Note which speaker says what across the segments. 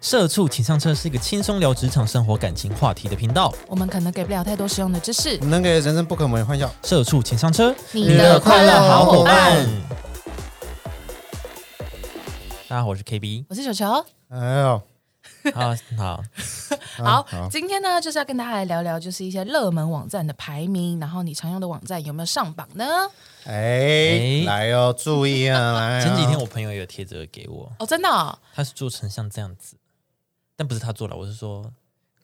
Speaker 1: 社畜请上车是一个轻松聊职场、生活、感情话题的频道。
Speaker 2: 我们可能给不了太多实用的知识。
Speaker 3: 能给人生不可磨的欢笑。
Speaker 1: 社畜请上车，
Speaker 2: 你的快乐好伙伴。
Speaker 1: 大家好，我是 KB。
Speaker 2: 我是球球，
Speaker 3: 哎呦，
Speaker 1: 啊，好，
Speaker 2: 好，
Speaker 3: 好
Speaker 2: 今天呢就是要跟大家来聊聊，就是一些热门网站的排名，然后你常用的网站有没有上榜呢？
Speaker 3: 哎
Speaker 1: 哎，
Speaker 3: 来哦，注意啊，来哦。
Speaker 1: 前几天我朋友有贴着给我，
Speaker 2: 哦，真的、哦，
Speaker 1: 他是做成像这样子，但不是他做了，我是说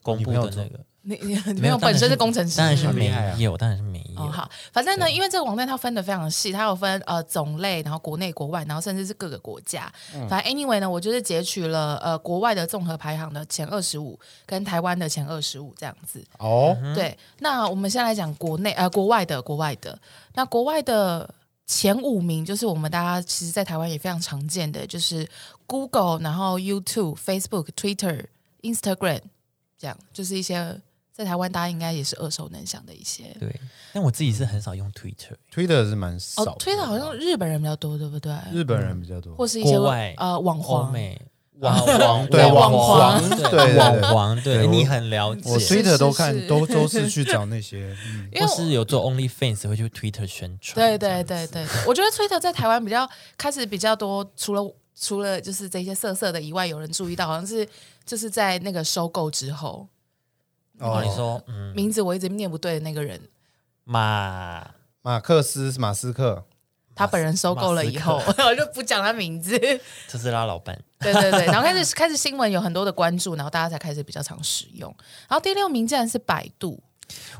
Speaker 1: 公布
Speaker 3: 你朋
Speaker 1: 的
Speaker 3: 友做
Speaker 1: 那个，
Speaker 2: 你你你没有
Speaker 1: 当然
Speaker 2: 本身是工程师，
Speaker 1: 当然是
Speaker 3: 很
Speaker 1: 没
Speaker 3: 厉害啊
Speaker 1: 有，当然是没有。
Speaker 2: 哦，好，反正呢，因为这个网站它分的非常细，它有分呃种类，然后国内、国外，然后甚至是各个国家。
Speaker 1: 嗯
Speaker 2: 反正 anyway 呢，我就是截取了呃国外的综合排行的前二十五跟台湾的前二十五这样子。
Speaker 3: 哦，
Speaker 1: 嗯
Speaker 2: 对，那我们先来讲国内呃国外的国外的，那国外的前五名就是我们大家其实，在台湾也非常常见的，就是 Google，然后 YouTube、Facebook、Twitter、Instagram，这样就是一些在台湾大家应该也是耳熟能详的一些。
Speaker 1: 对，但我自己是很少用 Twitter，
Speaker 3: Twitter 是蛮少
Speaker 2: 哦
Speaker 3: 的
Speaker 2: ，Twitter 好像日本人比较多，对不对？
Speaker 3: 日本人比较多，
Speaker 2: 或是一些
Speaker 1: 国外
Speaker 2: 呃网
Speaker 1: 欧
Speaker 2: 红，
Speaker 1: 美
Speaker 3: 网黄对
Speaker 2: 网
Speaker 3: 黄
Speaker 1: 对
Speaker 3: 对对对
Speaker 1: 网黄，对
Speaker 3: 对我
Speaker 1: 你很了解。
Speaker 3: 我
Speaker 2: 是
Speaker 3: Twitter 都看
Speaker 2: 是，
Speaker 3: 都都是去找 那些，嗯，
Speaker 2: 因为
Speaker 1: 或
Speaker 2: 我
Speaker 1: 是有做 OnlyFans 会去 Twitter 宣传，
Speaker 2: 对
Speaker 1: 这
Speaker 2: 对
Speaker 1: 样子
Speaker 2: 对对，对我觉得 Twitter 在台湾比较开始比较多，除了除了就是这些色色的以外，有人注意到，好像是就是在那个收购之后，
Speaker 1: 哦，你说嗯，
Speaker 2: 名字我一直念不对的那个人，
Speaker 1: 马
Speaker 3: 马克思马斯克，
Speaker 2: 他本人收购了以后， 我就不讲他名字。对
Speaker 1: 特斯拉老板，
Speaker 2: 对对，然后 开始开始新闻有很多的关注，然后大家才开始比较常使用。然后第六名竟然是百度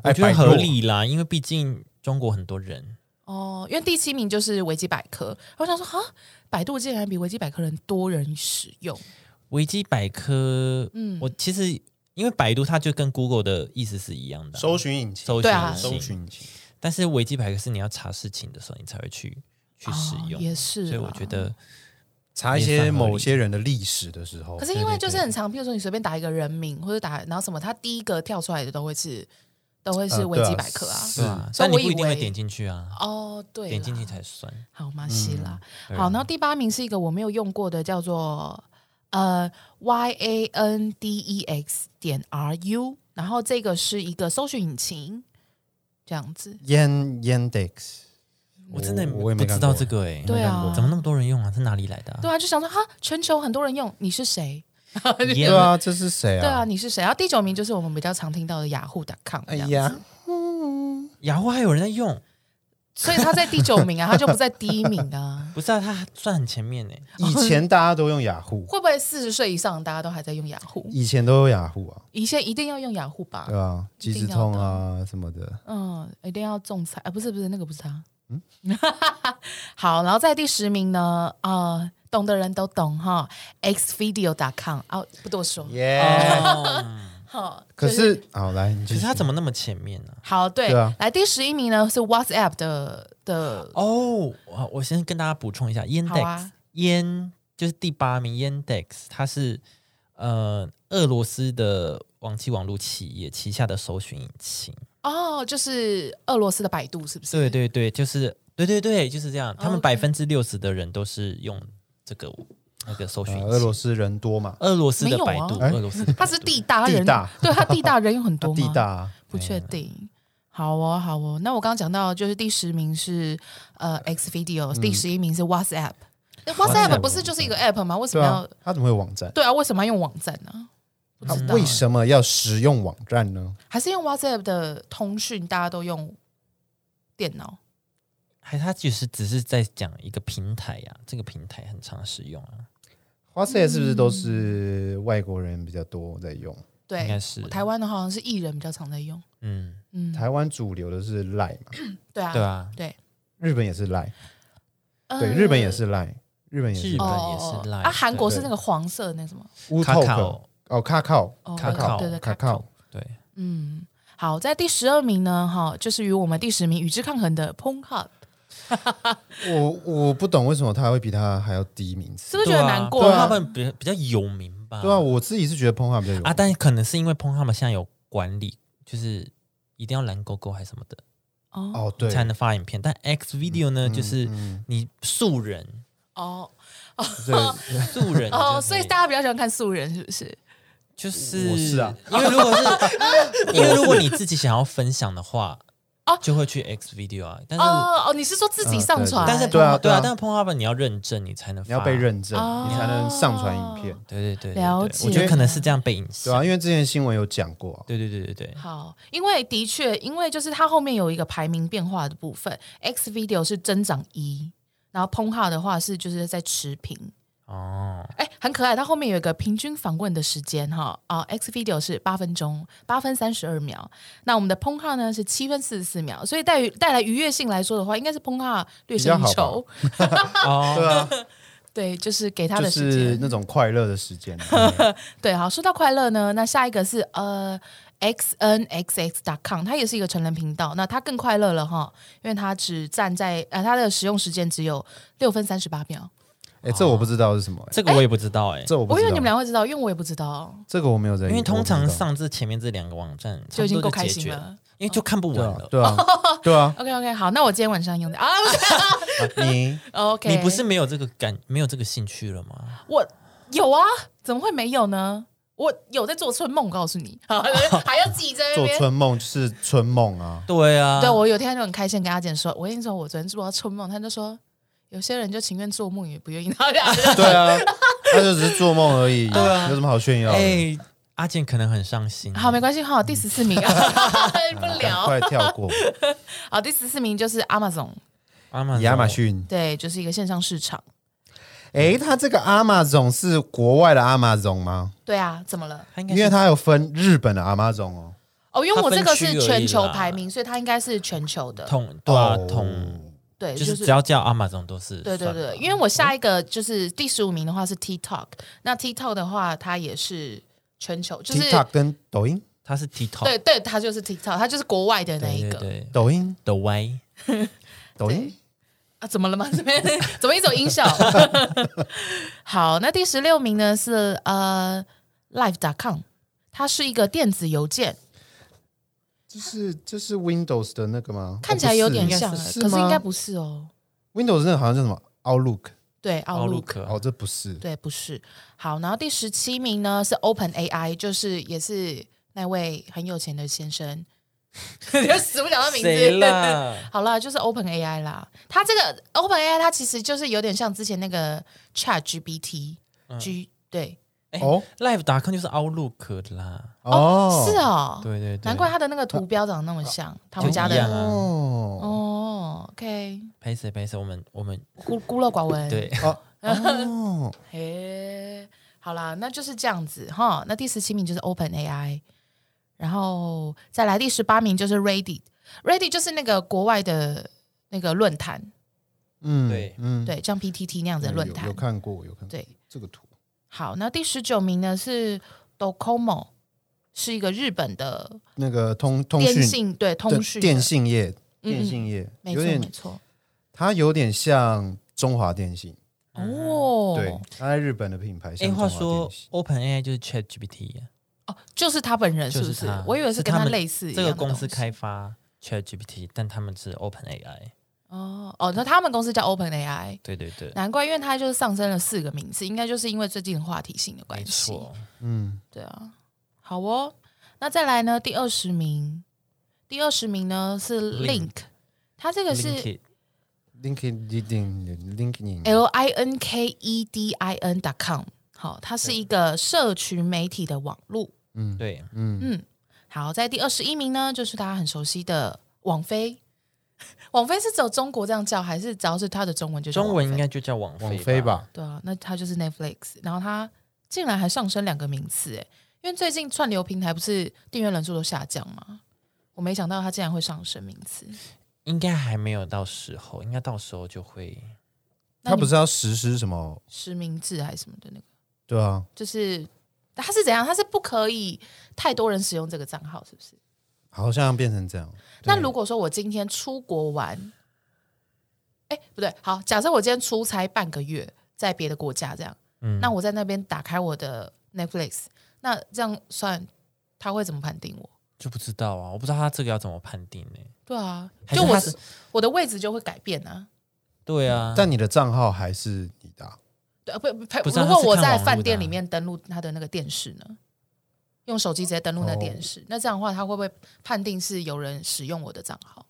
Speaker 1: 我
Speaker 3: 哎
Speaker 1: 觉得
Speaker 3: 百度
Speaker 1: 合理啦，因为毕竟中国很多人，
Speaker 2: 哦，因为第七名就是维基百科。然后我想说，哈，百度竟然比维基百科人多人使用，
Speaker 1: 维基百科，嗯，我其实因为百度它就跟 Google 的意思是一样的啊、
Speaker 3: 搜寻引擎，
Speaker 1: 搜
Speaker 2: 对
Speaker 1: 寻
Speaker 2: 啊
Speaker 1: 引
Speaker 3: 搜
Speaker 1: 擎
Speaker 3: 寻引擎，
Speaker 1: 但是维基百科是你要查事情的时候，你才会去去使
Speaker 2: 哦
Speaker 1: 用，
Speaker 2: 也是啦。
Speaker 1: 所以我觉得
Speaker 3: 查一些某些人的历史的时候
Speaker 2: 可，是因为就是很长，譬如说你随便打一个人名或者打然后什么，它第一个跳出来的都会是都会是
Speaker 3: 呃
Speaker 2: 维基百科啊。
Speaker 3: 对
Speaker 1: 对啊，
Speaker 2: 所以
Speaker 1: 但你
Speaker 2: 我以
Speaker 1: 不一定会
Speaker 2: 为
Speaker 1: 点进去啊，
Speaker 2: 哦，对啦，
Speaker 1: 点进去才算。
Speaker 2: 好嘛，希啦。
Speaker 1: 对
Speaker 2: 好，
Speaker 1: 啊
Speaker 2: 然后第八名是一个我没有用过的，叫做呃 Y A N D E X 点 R U，然后这个是一个搜寻引擎，这样子。
Speaker 3: Yan Yandex，
Speaker 1: 我真的
Speaker 3: 我我也
Speaker 1: 不知
Speaker 3: 没看
Speaker 1: 道
Speaker 3: 过
Speaker 1: 这个哎、
Speaker 2: 对啊
Speaker 1: 怎么那么多人用啊？是哪里来的、啊？
Speaker 2: 对啊，就想说哈，全球很多人用，你是谁？
Speaker 1: 对
Speaker 3: 对啊，这是谁
Speaker 2: 对啊，
Speaker 3: 啊？
Speaker 2: 你是谁？然后第九名就是我们比较常听到的雅虎 .com，这
Speaker 3: 哎
Speaker 2: 样子
Speaker 3: 呀，
Speaker 1: 雅虎还有人在用，
Speaker 2: 所以他在第九名啊，他就不在第一名啊。
Speaker 1: 不是啊？它算很前面呢、
Speaker 3: 以前大家都用雅虎，
Speaker 2: 会不会四十岁以上大家都还在用雅虎？
Speaker 3: 以前都有雅虎啊，
Speaker 2: 以前一定要用雅虎吧
Speaker 3: 嗯对？啊，即时通啊什么的，
Speaker 2: 嗯，一定要仲裁啊？不是不是，那个不是他。
Speaker 3: 嗯
Speaker 2: 好，然后在第十名呢，啊、懂的人都懂哈，xvideo.com 啊，不多说。
Speaker 3: 耶。
Speaker 2: 哦哈，
Speaker 3: 哦可
Speaker 2: 就是
Speaker 3: 好来，你
Speaker 1: 可是它怎
Speaker 3: 么
Speaker 1: 么那么前面呢、
Speaker 2: 好对，
Speaker 3: 对啊
Speaker 2: 来第十一名呢是 WhatsApp 的的
Speaker 1: 哦，我我先跟大家补充一下
Speaker 2: 好
Speaker 1: ，Yandex、
Speaker 2: 啊
Speaker 1: Yan 就是第八名，Yandex 它是呃俄罗斯的网际网络企业旗下的搜寻引擎。
Speaker 2: 哦，就是俄罗斯的百度是不是？
Speaker 1: 对对对，就是对对对，就是这样。他们
Speaker 2: 哦 OK
Speaker 1: 百分之六十的人都是用这个那个搜寻引擎。
Speaker 3: 呃啊俄罗斯人多嘛？
Speaker 1: 俄罗斯的
Speaker 2: 没有
Speaker 1: 百
Speaker 2: 啊
Speaker 1: 度，
Speaker 3: 哎
Speaker 1: 俄罗斯的
Speaker 2: 他
Speaker 1: 百
Speaker 2: 是
Speaker 1: 度
Speaker 2: 地大，他人
Speaker 3: 地大
Speaker 2: 对他地大人有很多
Speaker 3: 那
Speaker 2: 吗？
Speaker 3: 地大啊
Speaker 2: 不确定。好哦，好哦。那我刚刚讲到，就是第十名是呃 X Video，、第十一名是 WhatsApp。那 WhatsApp 不是就是一个 App 吗？为什
Speaker 3: 对
Speaker 2: 么要
Speaker 3: 啊，他怎么会有网站？
Speaker 2: 对啊？为什么要用网站呢、不
Speaker 3: 他
Speaker 2: 知道
Speaker 3: 啊
Speaker 2: 啊
Speaker 3: 为什么要使用网站呢？
Speaker 2: 还是用 WhatsApp 的通讯，大家都用电脑
Speaker 1: 还它其实只是在讲一个平台呀、这个平台很常使用啊。
Speaker 3: 花色是不是都是外国人比较多在用？
Speaker 2: 对，
Speaker 1: 应该是
Speaker 2: 台湾的话好像是艺人比较常在用。
Speaker 1: 嗯，
Speaker 2: 嗯，
Speaker 3: 台湾主流的是 Line 嘛，
Speaker 2: 对啊，
Speaker 1: 对啊，
Speaker 2: 对
Speaker 3: 日本也是 Line，
Speaker 2: 呃
Speaker 3: 对，日本也是 Line，日本也
Speaker 1: 日
Speaker 3: 是
Speaker 1: 本
Speaker 2: 哦
Speaker 1: 也
Speaker 2: 哦
Speaker 1: 是
Speaker 2: 哦
Speaker 1: Line
Speaker 2: 啊，韩国
Speaker 3: 对
Speaker 2: 是那个黄色那什么
Speaker 3: 乌
Speaker 1: 卡
Speaker 3: 透
Speaker 1: 卡
Speaker 3: 克哦，卡靠
Speaker 2: 哦，
Speaker 1: 卡
Speaker 2: 对
Speaker 1: 卡
Speaker 2: 对对
Speaker 3: 卡
Speaker 2: 卡
Speaker 3: 靠，
Speaker 1: 对，
Speaker 2: 嗯，好，在第十二名呢，哈，就是与我们第十名与之抗衡的 p o n h u b
Speaker 3: 我我不懂为什么他会比他还要低名次
Speaker 2: 是不是觉得
Speaker 1: 对啊
Speaker 2: 难过？
Speaker 1: 对
Speaker 2: 啊
Speaker 1: 他们比比较有名吧？
Speaker 3: 对啊，我自己是觉得 p o n h u b 比较有
Speaker 1: 啊，但可能是因为 p o n h u b 现在有管理，就是一定要蓝勾勾还是什么的
Speaker 2: 哦
Speaker 3: 哦，对，
Speaker 1: 才能发影片，但 X Video 呢，就是
Speaker 3: 嗯
Speaker 1: 你素人
Speaker 2: 哦
Speaker 3: 对，
Speaker 1: 素人
Speaker 2: 哦，所以大
Speaker 1: 家
Speaker 2: 家比较喜欢看素人，是不是？
Speaker 1: 就是
Speaker 3: 我是啊，
Speaker 1: 因为如果是因为如果你自己想要分享的话，
Speaker 2: 哦
Speaker 1: 就会去 X video 啊，但是。
Speaker 2: 哦哦，你是说自己
Speaker 3: 嗯
Speaker 2: 上
Speaker 3: 对
Speaker 2: 传？
Speaker 1: 但是
Speaker 3: 对啊
Speaker 1: Pornhub- 对
Speaker 3: 对啊
Speaker 1: 但是 p o n h u 你要认证，你才能
Speaker 3: 你要
Speaker 1: 发
Speaker 3: 被认证，
Speaker 2: 哦
Speaker 3: 你才能上传影片，
Speaker 1: 对对对，对
Speaker 2: 了
Speaker 1: 对我
Speaker 2: 解
Speaker 1: 觉得可能是这样被影
Speaker 3: 对
Speaker 1: 响。
Speaker 3: 啊，因为之前新闻有讲过啊、
Speaker 1: 对对对对对，
Speaker 2: 好，因为的确，因为就是它后面有一个排名变化的部分，X Video 是增长一，然后 p o n h a 的话是就是在持平。
Speaker 1: 哦，
Speaker 2: 哎，很可爱。它后面有一个平均访问的时间哈，啊、x Video 是八分钟，八分三十二秒。那我们的 p o n h a 呢是七分四十四秒，所以带于带来愉悦性来说的话，应该是 p o n h a 略胜一
Speaker 3: 比较好
Speaker 2: 筹。
Speaker 1: 哦，
Speaker 3: 对啊，
Speaker 2: 对，就是给他
Speaker 3: 就
Speaker 2: 的时间。
Speaker 3: 是那种快乐的时间，啊
Speaker 2: 对，好，说到快乐呢，那下一个是呃 x n x x dot com，它也是一个成人频道，那它更快乐了哈，因为它只站在呃它的使用时间只有六分三十八秒，
Speaker 3: 哎、这我不知道是什么、哎
Speaker 1: 这个我也不知道哎，
Speaker 3: 这我不
Speaker 2: 我以
Speaker 3: 知
Speaker 2: 为
Speaker 3: 道，
Speaker 2: 你们俩会知道，因为我也不知道，
Speaker 3: 这个我没有在用，
Speaker 1: 因为通
Speaker 3: 我
Speaker 1: 常
Speaker 3: 不知道
Speaker 1: 上这前面这两个网站
Speaker 2: 就已经
Speaker 1: 差不多
Speaker 2: 够开
Speaker 1: 解
Speaker 2: 心
Speaker 1: 决，
Speaker 2: 了。
Speaker 1: 因为就看不完了。
Speaker 3: 对啊，对啊，
Speaker 2: OK OK，好，那我今天晚上用的啊 不是
Speaker 3: 对啊，你
Speaker 2: ，OK，
Speaker 1: 你不是没有这个感，没有这个兴趣了吗？
Speaker 2: 我有啊，怎么会没有呢？我有在做春梦，我告诉你， 还要自己在那
Speaker 3: 做
Speaker 2: 边。
Speaker 3: 春梦就是春梦啊，
Speaker 1: 对啊，
Speaker 2: 对，我有一天就很开心地跟阿简说，我跟你说，我昨天做到春梦，他就说有些人就情愿做梦也不愿意 拿两个。
Speaker 3: 对啊，他就只是做梦而 已，对啊，有什么好炫耀的？
Speaker 1: 哎，阿健可能很伤心。
Speaker 2: 好，没关系，好，第 十四名，不
Speaker 3: 赶
Speaker 2: 聊。
Speaker 3: 快跳过
Speaker 2: 好，第十四名就是 Amazon，
Speaker 1: 阿玛
Speaker 3: 亚马，
Speaker 1: 嗯
Speaker 3: 逊。
Speaker 2: 对，就是一个线上市场。
Speaker 3: 哎，他这个阿玛总是国外的阿玛总吗？
Speaker 2: 对啊，怎么了？
Speaker 1: 他应该
Speaker 3: 因
Speaker 1: 是
Speaker 3: 为他有分日本的阿玛总哦。
Speaker 2: 哦，因为我这个是
Speaker 1: 它分区而已啦
Speaker 2: 全球排名，所以它应该是全球的。
Speaker 1: 统对啊
Speaker 3: 哦
Speaker 1: 统，
Speaker 2: 对，
Speaker 1: 就
Speaker 2: 就是
Speaker 1: 只
Speaker 2: 是。
Speaker 1: 要叫阿玛总都是
Speaker 2: 对对
Speaker 1: 算吧
Speaker 2: 对，因为我下一个就是第十五名的话是 TikTok，那 TikTok 的话它也是全球，就是
Speaker 3: TikTok 跟抖音，
Speaker 1: 他是 TikTok
Speaker 2: 对对，它就是 TikTok，它就是国外的那一
Speaker 1: 对
Speaker 2: 个
Speaker 1: 对
Speaker 3: 抖音，
Speaker 1: 的 Y
Speaker 3: 抖音，
Speaker 2: 啊？怎么了吗？ 怎么怎么一种音效？ 好，那第十六名呢是呃 Live.com，它是一个电子邮件，
Speaker 3: 就是这是 Windows 的那个吗？
Speaker 2: 看起来有点像，
Speaker 3: 哦
Speaker 2: 可
Speaker 3: 不
Speaker 2: 是
Speaker 3: 是吗
Speaker 2: 应该不是哦。
Speaker 3: Windows 那个好像叫什么 Outlook，
Speaker 2: 对，Outlook，
Speaker 1: Outlook
Speaker 3: 哦，这不是，
Speaker 2: 对，不是。好，然后第十七名呢是 Open AI，就是也是那位很有钱的先生， 就死不了他名
Speaker 1: 谁
Speaker 2: 字。
Speaker 1: 啦？
Speaker 2: 好了，就是 Open AI 啦。它这个 Open AI，它其实就是有点像之前那个 Chat GPT、G 对
Speaker 1: 哎
Speaker 3: 哦
Speaker 1: ，Live 打康就是 Outlook 啦，
Speaker 3: 哦，
Speaker 2: 是哦，
Speaker 1: 对对对，
Speaker 2: 难怪它的那个图标长得那么像他
Speaker 1: 就
Speaker 2: 们家
Speaker 1: 一样
Speaker 2: 的
Speaker 1: 啊。
Speaker 3: 哦
Speaker 2: 哦。OK，
Speaker 1: 拍谁拍谁，我们我们
Speaker 2: 孤孤陋寡闻。
Speaker 1: 对，
Speaker 3: 哦，
Speaker 2: 嘿，好啦，那就是这样子哈。那第十七名就是 Open AI，然后再来第十八名就是 Ready，Ready 就是那个国外的那个论坛，
Speaker 3: 嗯，
Speaker 1: 对
Speaker 3: 嗯，
Speaker 2: 对，像 PTT 那样子的
Speaker 3: 有
Speaker 2: 论
Speaker 3: 有
Speaker 2: 坛。
Speaker 3: 看过，有看过
Speaker 2: 对，
Speaker 3: 这个图，
Speaker 2: 好，那第十九名呢是 Docomo，是一个日本的
Speaker 3: 那个通通
Speaker 2: 电
Speaker 3: 讯
Speaker 2: 信对通
Speaker 3: 对
Speaker 2: 讯的
Speaker 3: 电，信业，
Speaker 2: 嗯
Speaker 3: 电信业
Speaker 2: 没
Speaker 3: 有
Speaker 2: 错没
Speaker 3: 点，
Speaker 2: 错。
Speaker 3: 它有点像中华电信，
Speaker 2: 哦，
Speaker 3: 对，它在日本的品牌。
Speaker 1: 哎，
Speaker 3: 像
Speaker 1: 话
Speaker 3: 中华
Speaker 1: 说
Speaker 3: 电信
Speaker 1: Open AI 就是啊 Chat GPT，
Speaker 2: 哦，就是他本人
Speaker 1: 就是是
Speaker 2: 不是
Speaker 1: 他？
Speaker 2: 我以为
Speaker 1: 是
Speaker 2: 跟
Speaker 1: 他
Speaker 2: 他
Speaker 1: 们
Speaker 2: 类似一
Speaker 1: 这
Speaker 2: 样
Speaker 1: 个
Speaker 2: 的
Speaker 1: 公司
Speaker 2: 东西
Speaker 1: 开发 Chat GPT，但他们是 Open AI，
Speaker 2: 哦哦，那他们公司叫 Open AI，
Speaker 1: 对对对，
Speaker 2: 难怪，因为它就是上升了四个名次，应该就是因为最近的话题性的
Speaker 1: 没
Speaker 2: 关系。
Speaker 1: 错，
Speaker 3: 嗯，
Speaker 2: 对啊，好哦。那再来呢？第二十名，第二十名呢是 Link，
Speaker 1: Link
Speaker 2: 它这个是
Speaker 1: Linkit
Speaker 3: LinkedIn，LinkedIn，
Speaker 2: L I N K E D I N dot com，好，它是一个社群媒体的网路。
Speaker 3: 嗯，
Speaker 1: 对，
Speaker 3: 嗯，
Speaker 2: 嗯，好，在第二十一名呢，就是大家很熟悉的网飞。网飞是只有中国这样叫，还是只要是它的中文就叫
Speaker 1: 中
Speaker 2: 网
Speaker 1: 文
Speaker 2: 飞
Speaker 1: 应该就叫网
Speaker 3: 网飞
Speaker 1: 吧？
Speaker 3: 吧，
Speaker 2: 对啊，那它就是 Netflix，然后它竟然还上升两个名次哎，因为最近串流平台不是订阅人数都下降吗？我没想到它竟然会上升名次。
Speaker 1: 应该还没有到时候，应该到时候就会。
Speaker 2: 那
Speaker 3: 它
Speaker 2: 你
Speaker 3: 不是要实施什么？
Speaker 2: 实名制还是什么的那个，
Speaker 3: 对啊，
Speaker 2: 就是它是怎样？它是不可以太多人使用这个账号，是不是？
Speaker 3: 好像变成这样，
Speaker 2: 那如果说我今天出国玩，哎，不对，好，假设我今天出差半个月，在别的国家这样，
Speaker 1: 嗯，
Speaker 2: 那我在那边打开我的 Netflix，那这样算他会怎么判定我？
Speaker 1: 就不知道啊，我不知道他这个要怎么判定呢、
Speaker 2: 对啊，
Speaker 1: 还
Speaker 2: 就是我
Speaker 1: 他
Speaker 2: 是
Speaker 1: 是
Speaker 2: 我的位置就会改变啊。
Speaker 1: 对啊，
Speaker 3: 但你的账号还是你的啊、
Speaker 2: 对，呃不不，
Speaker 1: 不是啊他
Speaker 2: 如果
Speaker 1: 是
Speaker 2: 我
Speaker 1: 看
Speaker 2: 在
Speaker 1: 网络
Speaker 2: 饭
Speaker 1: 的
Speaker 2: 店里
Speaker 1: 啊
Speaker 2: 面登录他的那个电视呢，用手机直接登录那
Speaker 3: 哦
Speaker 2: 电视，那这样的话，他会不会判定是有人使用我的账号？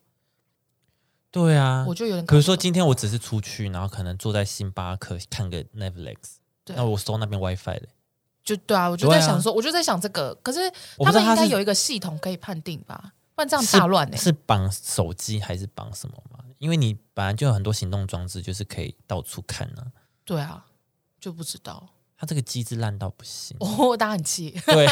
Speaker 1: 对啊
Speaker 2: 我。就有点
Speaker 1: 可
Speaker 2: 搞
Speaker 1: 是
Speaker 2: 不
Speaker 1: 说
Speaker 2: 懂
Speaker 1: 今天我只是出去，然后可能坐在星巴克看个 Netflix，
Speaker 2: 对
Speaker 1: 那我搜那边 WiFi 嘞，
Speaker 2: 就对啊，我就
Speaker 1: 对
Speaker 2: 在
Speaker 1: 啊
Speaker 2: 想说，我就在想这个，可是
Speaker 1: 我不
Speaker 2: 他
Speaker 1: 知
Speaker 2: 们
Speaker 1: 道
Speaker 2: 应
Speaker 1: 他
Speaker 2: 该
Speaker 1: 是
Speaker 2: 有一个系统可以判定吧？不然这样
Speaker 1: 是
Speaker 2: 大乱欸呢、
Speaker 1: 是绑手机还是绑什么嘛？因为你本来就有很多行动装置，就是可以到处看啊。
Speaker 2: 对啊，就不知道，
Speaker 1: 它这个机制烂到不行，
Speaker 2: 哦，大家很气，
Speaker 1: 对，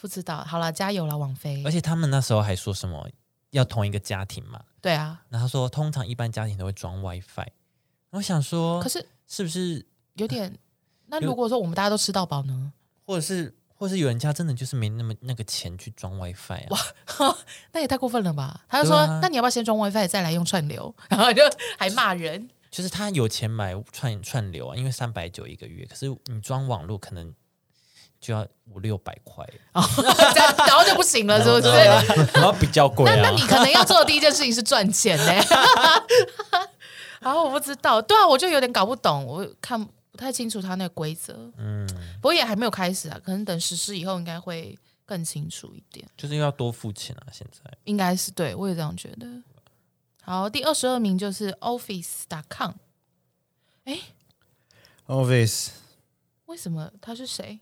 Speaker 2: 不知道。好了，加油啦，王菲
Speaker 1: 而。且他们那时候还说什么要同一个家庭嘛，
Speaker 2: 对啊，
Speaker 1: 然后他说通常一般家庭都会装 WiFi，我想说，
Speaker 2: 可是
Speaker 1: 是不是
Speaker 2: 有点。那
Speaker 1: 有
Speaker 2: 如果说我们大家都吃到饱呢？
Speaker 1: 或者是或者是有人家真的就是没那么那个钱去装 WiFi 啊？
Speaker 2: 那也太过分了吧？他就说：“
Speaker 1: 对啊
Speaker 2: 那你要不要先装 WiFi 再来用串流？” 然后就还骂人。
Speaker 1: 就是他有钱买串串流啊，因为三百九一个月，可是你装网络可能就要五六百块，
Speaker 2: 这样然后就不行了，是不 是？
Speaker 1: 然后比较贵
Speaker 2: 啊那那
Speaker 1: 啊。
Speaker 2: 你可能要做的第一件事情是赚钱呢、 欸。然后我不知道，对啊，我就有点搞不懂，我看不太清楚他那个规则。
Speaker 1: 嗯，
Speaker 2: 不过也还没有开始啊，可能等实施以后应该会更清楚一点。
Speaker 1: 就是要多付钱啊！现在
Speaker 2: 应该是对我也这样觉得。好，第二十二名就是 Office.com。哎，
Speaker 3: Office
Speaker 2: 为什么他是谁？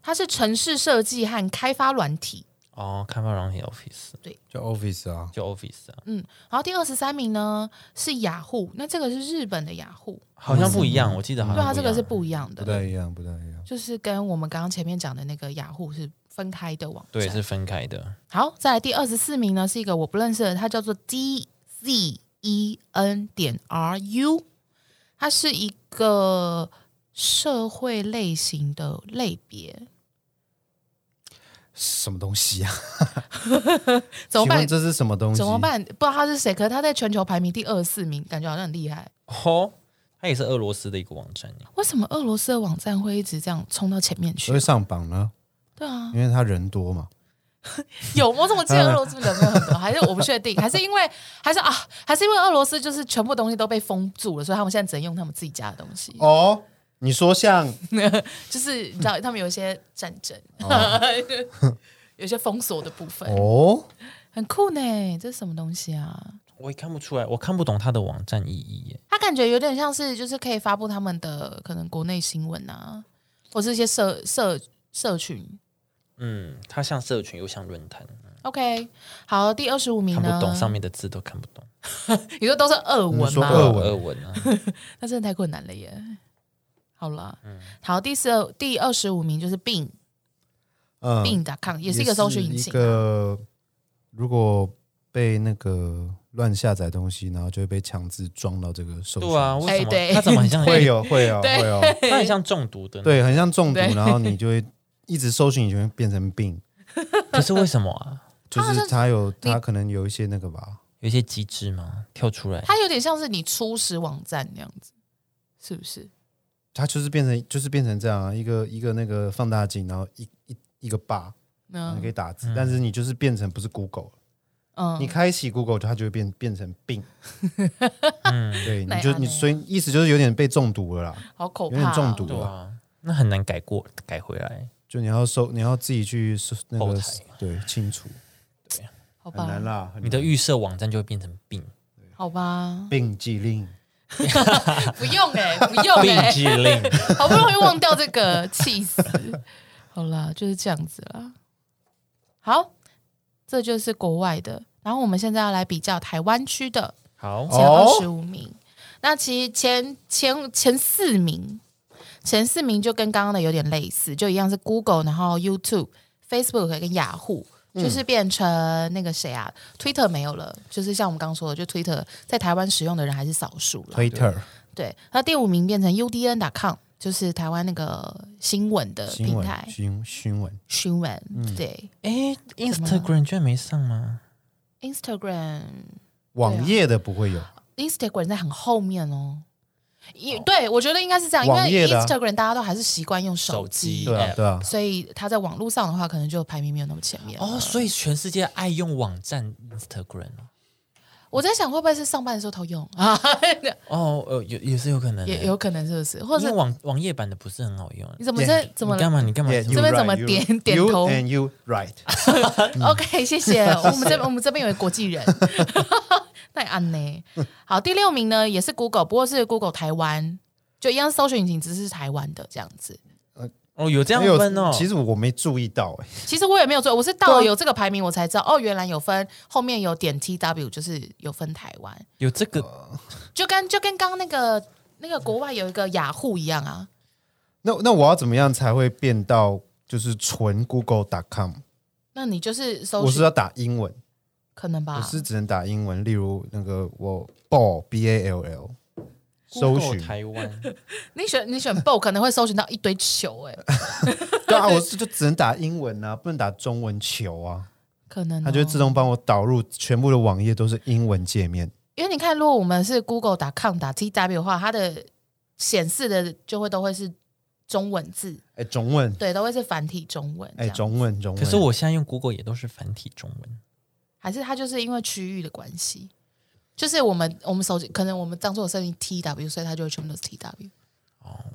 Speaker 2: 他是城市设计和开发软体。
Speaker 1: 哦，开发软体 Office
Speaker 3: 就 Office 啊，
Speaker 1: 就 Office 啊，
Speaker 2: 嗯，然后第二十三名呢是雅虎，那这个是日本的雅虎，
Speaker 1: 好像不一样，我记得好
Speaker 2: 嗯对
Speaker 1: 像
Speaker 2: 啊，这个是
Speaker 1: 不一样
Speaker 2: 不一样
Speaker 3: 不
Speaker 2: 的。
Speaker 3: 太一样，不太一样。
Speaker 2: 就是跟我们刚刚前面讲的那个雅虎是分开的网
Speaker 1: 对
Speaker 2: 站。
Speaker 1: 是分开的。
Speaker 2: 好，再来第二十四名呢，是一个我不认识的，它叫做 D Z E N 点 R U，它是一个社会类型的类别。
Speaker 3: 什么东西啊？
Speaker 2: 怎么
Speaker 3: 请问
Speaker 2: 办？
Speaker 3: 这是什么东西？
Speaker 2: 怎么？办？不知道他是谁，可是他在全球排名第二十四名，感觉好像很厉害。
Speaker 1: 哦，它也是俄罗斯的一个网站耶，
Speaker 2: 为什么俄罗斯的网站会一直这样冲到前面去
Speaker 3: 会？上榜呢？
Speaker 2: 对啊，
Speaker 3: 因为他人多嘛。
Speaker 2: 有我怎么记得俄罗斯人没有很多？ 还是我不确定？还是因为还是啊？还是因为俄罗斯就是全部东西都被封住了，所以他们现在只能用他们自己家的东西。
Speaker 3: 哦，你说像
Speaker 2: 就是你知道，他们有一些战争， 有一些封锁的部分，
Speaker 3: 哦，
Speaker 2: 很酷呢。这是什么东西啊？
Speaker 1: 我也看不出来，我看不懂它的网站意义耶。
Speaker 2: 它感觉有点像是就是可以发布他们的可能国内新闻啊，或是一些社社社群。
Speaker 1: 嗯，它像社群又像论坛，
Speaker 2: OK，好，第二十五名
Speaker 1: 看
Speaker 2: 呢？
Speaker 1: 不懂上面的字都看不懂。
Speaker 2: 你说都是俄文
Speaker 3: 你说
Speaker 2: 吗？
Speaker 3: 俄文
Speaker 1: 俄文啊，
Speaker 2: 那真的太困难了耶。好了，好，第四二第二十五名就是 Bing
Speaker 3: 嗯，
Speaker 2: Bing.com，也是一个搜寻引
Speaker 3: 一
Speaker 2: 擎啊、
Speaker 3: 个如果被那个乱下载东西，然后就会被强制装到这个搜寻
Speaker 1: 对 啊，
Speaker 3: 引擎
Speaker 1: 为什
Speaker 2: 哎对
Speaker 1: 么它怎么很 像
Speaker 3: 会有会有
Speaker 2: 对
Speaker 3: 会 有，
Speaker 1: 它很像中毒的？，
Speaker 3: 对，很像中毒，
Speaker 2: 对
Speaker 3: 然后你就会一直搜寻，你就会变 成病，
Speaker 1: 可是为什么啊？
Speaker 3: 就
Speaker 2: 好像
Speaker 3: 是它有它可能有一些那个吧，
Speaker 1: 有一些机制吗？跳出来，
Speaker 2: 它有点像是你初始网站那样子，是不是？
Speaker 3: 它就是变成就是变成这样啊，一个一个那个放大镜，然后一一一个 bar，你可以
Speaker 2: 嗯
Speaker 3: 打字，但是你就是变成不是 Google 了。你
Speaker 2: 嗯，
Speaker 3: 开启 Google，它就会变变成 病，
Speaker 1: 嗯，
Speaker 3: 对，
Speaker 2: 哪样
Speaker 3: 你就
Speaker 2: 哪
Speaker 3: 你
Speaker 2: 样
Speaker 3: 所以意思就是有点被中毒了啦，
Speaker 2: 好可
Speaker 3: 有
Speaker 2: 怕、哦
Speaker 3: 点中毒
Speaker 1: 对
Speaker 3: 了，
Speaker 1: 啊，那很难改过改回来，
Speaker 3: 就你要搜，你要自己去搜那
Speaker 1: 后
Speaker 3: 个
Speaker 1: 台
Speaker 3: 对清除，
Speaker 2: 好
Speaker 3: 很难
Speaker 2: 吧，
Speaker 3: 啦，很
Speaker 1: 你的
Speaker 3: 难
Speaker 1: 预设网站就会变成 病
Speaker 2: 好吧，
Speaker 3: 病记令，
Speaker 2: 不用哎、不用
Speaker 1: 病
Speaker 2: 哎、
Speaker 1: 机令。
Speaker 2: 好不容易忘掉这个，气死！好啦，就是这样子啦。好，这就是国外的，然后我们现在要来比较台湾区的
Speaker 1: 好，
Speaker 2: 前二
Speaker 3: 哦
Speaker 2: 十五名。那其实前前前四名，前四名就跟刚刚的有点类似，就一样是 Google，然后 YouTube、Facebook 跟雅虎，
Speaker 3: 嗯
Speaker 2: 就是变成那个谁啊、t w i t t e r 没有了，就是像我们刚刚说的，就 Twitter 在台湾使用的人还是少数了。
Speaker 3: Twitter
Speaker 2: 对，呃那第五名变成 UDN.com，就是台湾那个新闻的
Speaker 3: 新
Speaker 2: 平
Speaker 3: 闻
Speaker 2: 台
Speaker 3: 新新闻，嗯
Speaker 2: 新闻。对
Speaker 1: 哎
Speaker 2: 么
Speaker 1: ，Instagram 居然没上吗？
Speaker 2: ，Instagram。啊
Speaker 3: 网页的不会有，
Speaker 2: Instagram 在很后面哦。也对，我觉得应该是这样，因
Speaker 3: 网页
Speaker 2: 为
Speaker 3: 的啊
Speaker 2: Instagram 大家都还是习惯用手
Speaker 1: 手
Speaker 2: 机，
Speaker 1: 机
Speaker 3: 对啊
Speaker 1: App
Speaker 3: 对啊，
Speaker 2: 所以它在网络上的话，
Speaker 1: 呃
Speaker 2: 可能就排名没有那么前面。
Speaker 1: 哦，所以全世界爱用网站 Instagram 哦
Speaker 2: 我在想会不会是上班的时候偷用 啊？
Speaker 1: 哦，呃，有也是有可能的，
Speaker 2: 也有可能是不是？或
Speaker 1: 因为
Speaker 2: 者
Speaker 1: 网网页版的不是很好用。
Speaker 2: 你怎么这怎么
Speaker 1: 你干
Speaker 2: 了
Speaker 1: 嘛？你干嘛
Speaker 3: Yeah, you
Speaker 2: 这边怎
Speaker 3: right,
Speaker 2: 么
Speaker 3: you-
Speaker 2: 点点
Speaker 3: you
Speaker 2: 头
Speaker 3: ？And you right，
Speaker 2: ？OK，谢谢。我们这我们这边有个国际人， 那也安呢？好，第六名呢也是 Google，不过是 Google 台湾，就一样搜索引擎，只是台湾的这样子。
Speaker 1: 哦，有 这样
Speaker 3: 没有
Speaker 1: 分哦。
Speaker 3: 其实我没注意到，哎，
Speaker 2: 其实我也没有做，我是到
Speaker 3: 啊
Speaker 2: 了有这个排名我才知道，哦，原来有分后面有点 T W，就是有分台湾，
Speaker 1: 有这个
Speaker 2: 就跟就跟刚刚那个那个国外有一个雅虎一样啊。
Speaker 3: 那那我要怎么样才会变到就是纯 Google.com？
Speaker 2: 那你就是啊搜
Speaker 3: 我是
Speaker 2: 寻，
Speaker 3: 要打英文，
Speaker 2: 可能吧？
Speaker 3: 我是只能打英文，例如那个我 ball b a l l 搜
Speaker 1: Google
Speaker 3: 寻，
Speaker 1: 台湾，
Speaker 2: 你选你选 Bo 可能会搜寻到一堆球、欸，哎，
Speaker 3: 对啊，我是就只能打英文啊，不能打中文球啊，
Speaker 2: 可能、哦、
Speaker 3: 它就会自动帮我导入全部的网页都是英文界面。
Speaker 2: 因为你看，如果我们是 Google 打 com 打 T W 的话，它的显示的就会都会是中文字，
Speaker 3: 哎，中文，
Speaker 2: 对，都会是繁体中文这
Speaker 3: 哎，
Speaker 2: 样。
Speaker 3: 中文，中文。
Speaker 1: 可是我现在用 Google 也都是繁体中文。
Speaker 2: 还是它就是因为区域的关系，就是我们我们手机可能我们当做设定 T W，所以它就会全部都是 T W。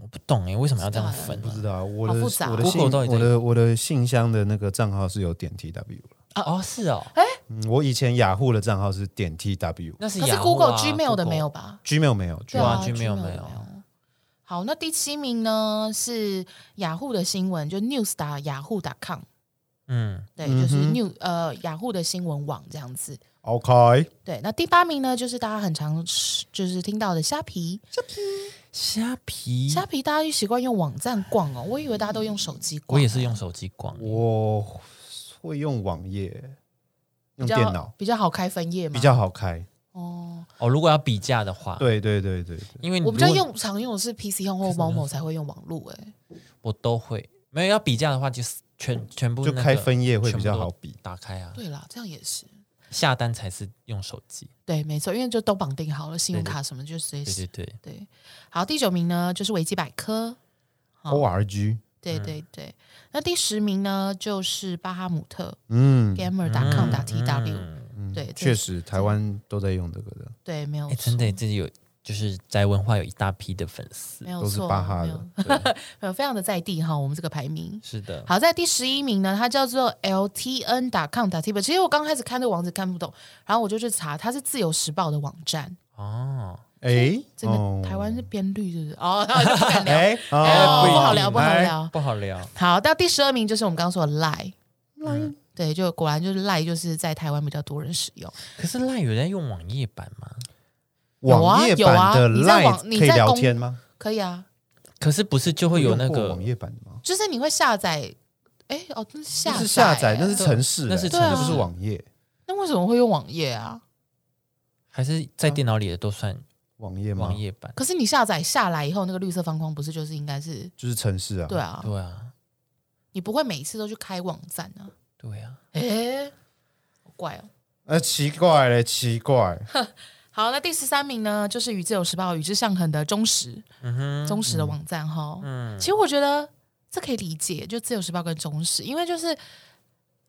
Speaker 1: 我不懂哎，为什么要这样分
Speaker 3: 不
Speaker 1: 啊？
Speaker 3: 知道啊我
Speaker 2: 好
Speaker 3: 的
Speaker 2: 复杂
Speaker 3: 我的
Speaker 1: Google
Speaker 3: 信
Speaker 1: 到底在
Speaker 3: 我的我的信箱的那个账号是有点 tw 了。
Speaker 1: 哦，是哦，
Speaker 3: 嗯，我以前雅虎的账号是点 tw，Gmail
Speaker 1: 那是
Speaker 2: 可是
Speaker 1: 雅虎
Speaker 2: Google
Speaker 1: 啊
Speaker 2: Gmail 的没有
Speaker 1: Google
Speaker 2: 吧？
Speaker 3: 没有，
Speaker 2: 对
Speaker 3: Gmail
Speaker 2: 啊
Speaker 1: 啊 Gmail
Speaker 2: ，Gmail
Speaker 1: 没
Speaker 2: 没
Speaker 1: 有
Speaker 2: 有。好，那第七名呢是雅虎的新闻，就 news 打雅虎 .com，
Speaker 1: 嗯，
Speaker 2: 对，就是
Speaker 3: 嗯哼
Speaker 2: new 呃雅虎的新闻网这样子。
Speaker 3: OK，
Speaker 2: 对，那第八名呢，就是大家很常吃就是听到的虾皮。
Speaker 1: 嗯虾皮，
Speaker 2: 虾皮大家就习惯用网站逛哦，我以为大家都用手机逛。
Speaker 1: 我也是用手机逛。
Speaker 3: 我会用网页，
Speaker 2: 比
Speaker 3: 用
Speaker 2: 较
Speaker 3: 电脑
Speaker 2: 比较好啊开分页嘛，
Speaker 3: 比较好开。
Speaker 2: 哦。
Speaker 1: 哦，如果要比价的话，，
Speaker 3: 对对对对，对
Speaker 1: 因为
Speaker 2: 我比
Speaker 1: 嗯
Speaker 2: 较
Speaker 1: 如果
Speaker 2: 用常用的是 PC Home 或某某才会用网络哎、
Speaker 1: 我都会，没有要比价的话，就是全全部
Speaker 3: 嗯就
Speaker 1: 那个
Speaker 3: 开分页会比较好比。
Speaker 1: 打开啊，
Speaker 2: 对啦，这样也是
Speaker 1: 下单才是用手机。
Speaker 2: 对，没错，因为就都绑定好了，信用
Speaker 1: 对对
Speaker 2: 卡什么就直接
Speaker 1: 对对对，
Speaker 2: 对。好，第九名呢就是维基百科，好
Speaker 3: org，
Speaker 2: 对对对。那第十名呢就是巴哈姆特
Speaker 3: 嗯，
Speaker 2: gamer.com 打 tw，、
Speaker 1: 嗯
Speaker 2: 对，这
Speaker 3: 确实台湾都在用这个的。
Speaker 2: 对，没有
Speaker 1: 哎，
Speaker 2: 错
Speaker 1: 真的，自己有就是宅文化有一大批的粉丝
Speaker 2: 没。有
Speaker 3: 都是
Speaker 2: 错，
Speaker 3: 巴哈
Speaker 2: 没
Speaker 3: 的
Speaker 2: 有没有非常的在地哈，我们这个排名。
Speaker 1: 是的，
Speaker 2: 好，在第十一名呢，它叫做 ltn com t b。其实我刚开始看这个网址看不懂，然后我就去查，它是《自由时报》的网站。
Speaker 1: 哦，
Speaker 3: 哎，
Speaker 2: 整
Speaker 3: 哦
Speaker 2: 个台湾是编绿，是不是？哦， 然后就不敢聊，
Speaker 3: 哎，哦
Speaker 2: 哎
Speaker 1: 不一
Speaker 2: 不好
Speaker 1: 定
Speaker 2: 聊，不好
Speaker 3: 哎
Speaker 2: 聊。
Speaker 1: 不好聊。
Speaker 2: 好，到第十二名就是我们刚刚说的 Line，对，就果然就是 Line，就是在台湾比较多人使用。
Speaker 1: 可是赖有人在用网页版吗？
Speaker 2: 有啊
Speaker 3: 网页
Speaker 2: 有啊
Speaker 3: 版的
Speaker 2: 你在网
Speaker 3: Line
Speaker 2: 你
Speaker 3: 可以
Speaker 2: 在
Speaker 3: 聊
Speaker 2: 公
Speaker 3: 天吗？
Speaker 2: 可以啊，
Speaker 1: 可是不是就会有那
Speaker 3: 用过
Speaker 1: 个
Speaker 3: 网？页版的吗？
Speaker 2: 就是你会下载，哎，哦，那是下
Speaker 3: 那
Speaker 2: 载，
Speaker 3: 是下载，那是城市，
Speaker 1: 那是
Speaker 2: 对啊
Speaker 3: 那不是网页，
Speaker 2: 那为什么会用网页啊？
Speaker 1: 还是在电脑里的都算
Speaker 3: 网页吗
Speaker 1: 网？页版？
Speaker 2: 可是你下载下来以后，那个绿色方框不是就是应该是
Speaker 3: 就是城市啊。
Speaker 2: 对啊？
Speaker 1: 对啊，
Speaker 2: 你不会每次都去开网站啊？
Speaker 1: 对啊。
Speaker 2: 哎，好怪哦。
Speaker 3: 呃，奇怪嘞，奇怪，
Speaker 2: 好，那第十三名呢，就是与自由时报与之相衡的忠实，
Speaker 1: 嗯哼，
Speaker 2: 忠实的网站哈。
Speaker 1: 嗯
Speaker 2: 其实我觉得这可以理解，就自由时报跟中时，因为就是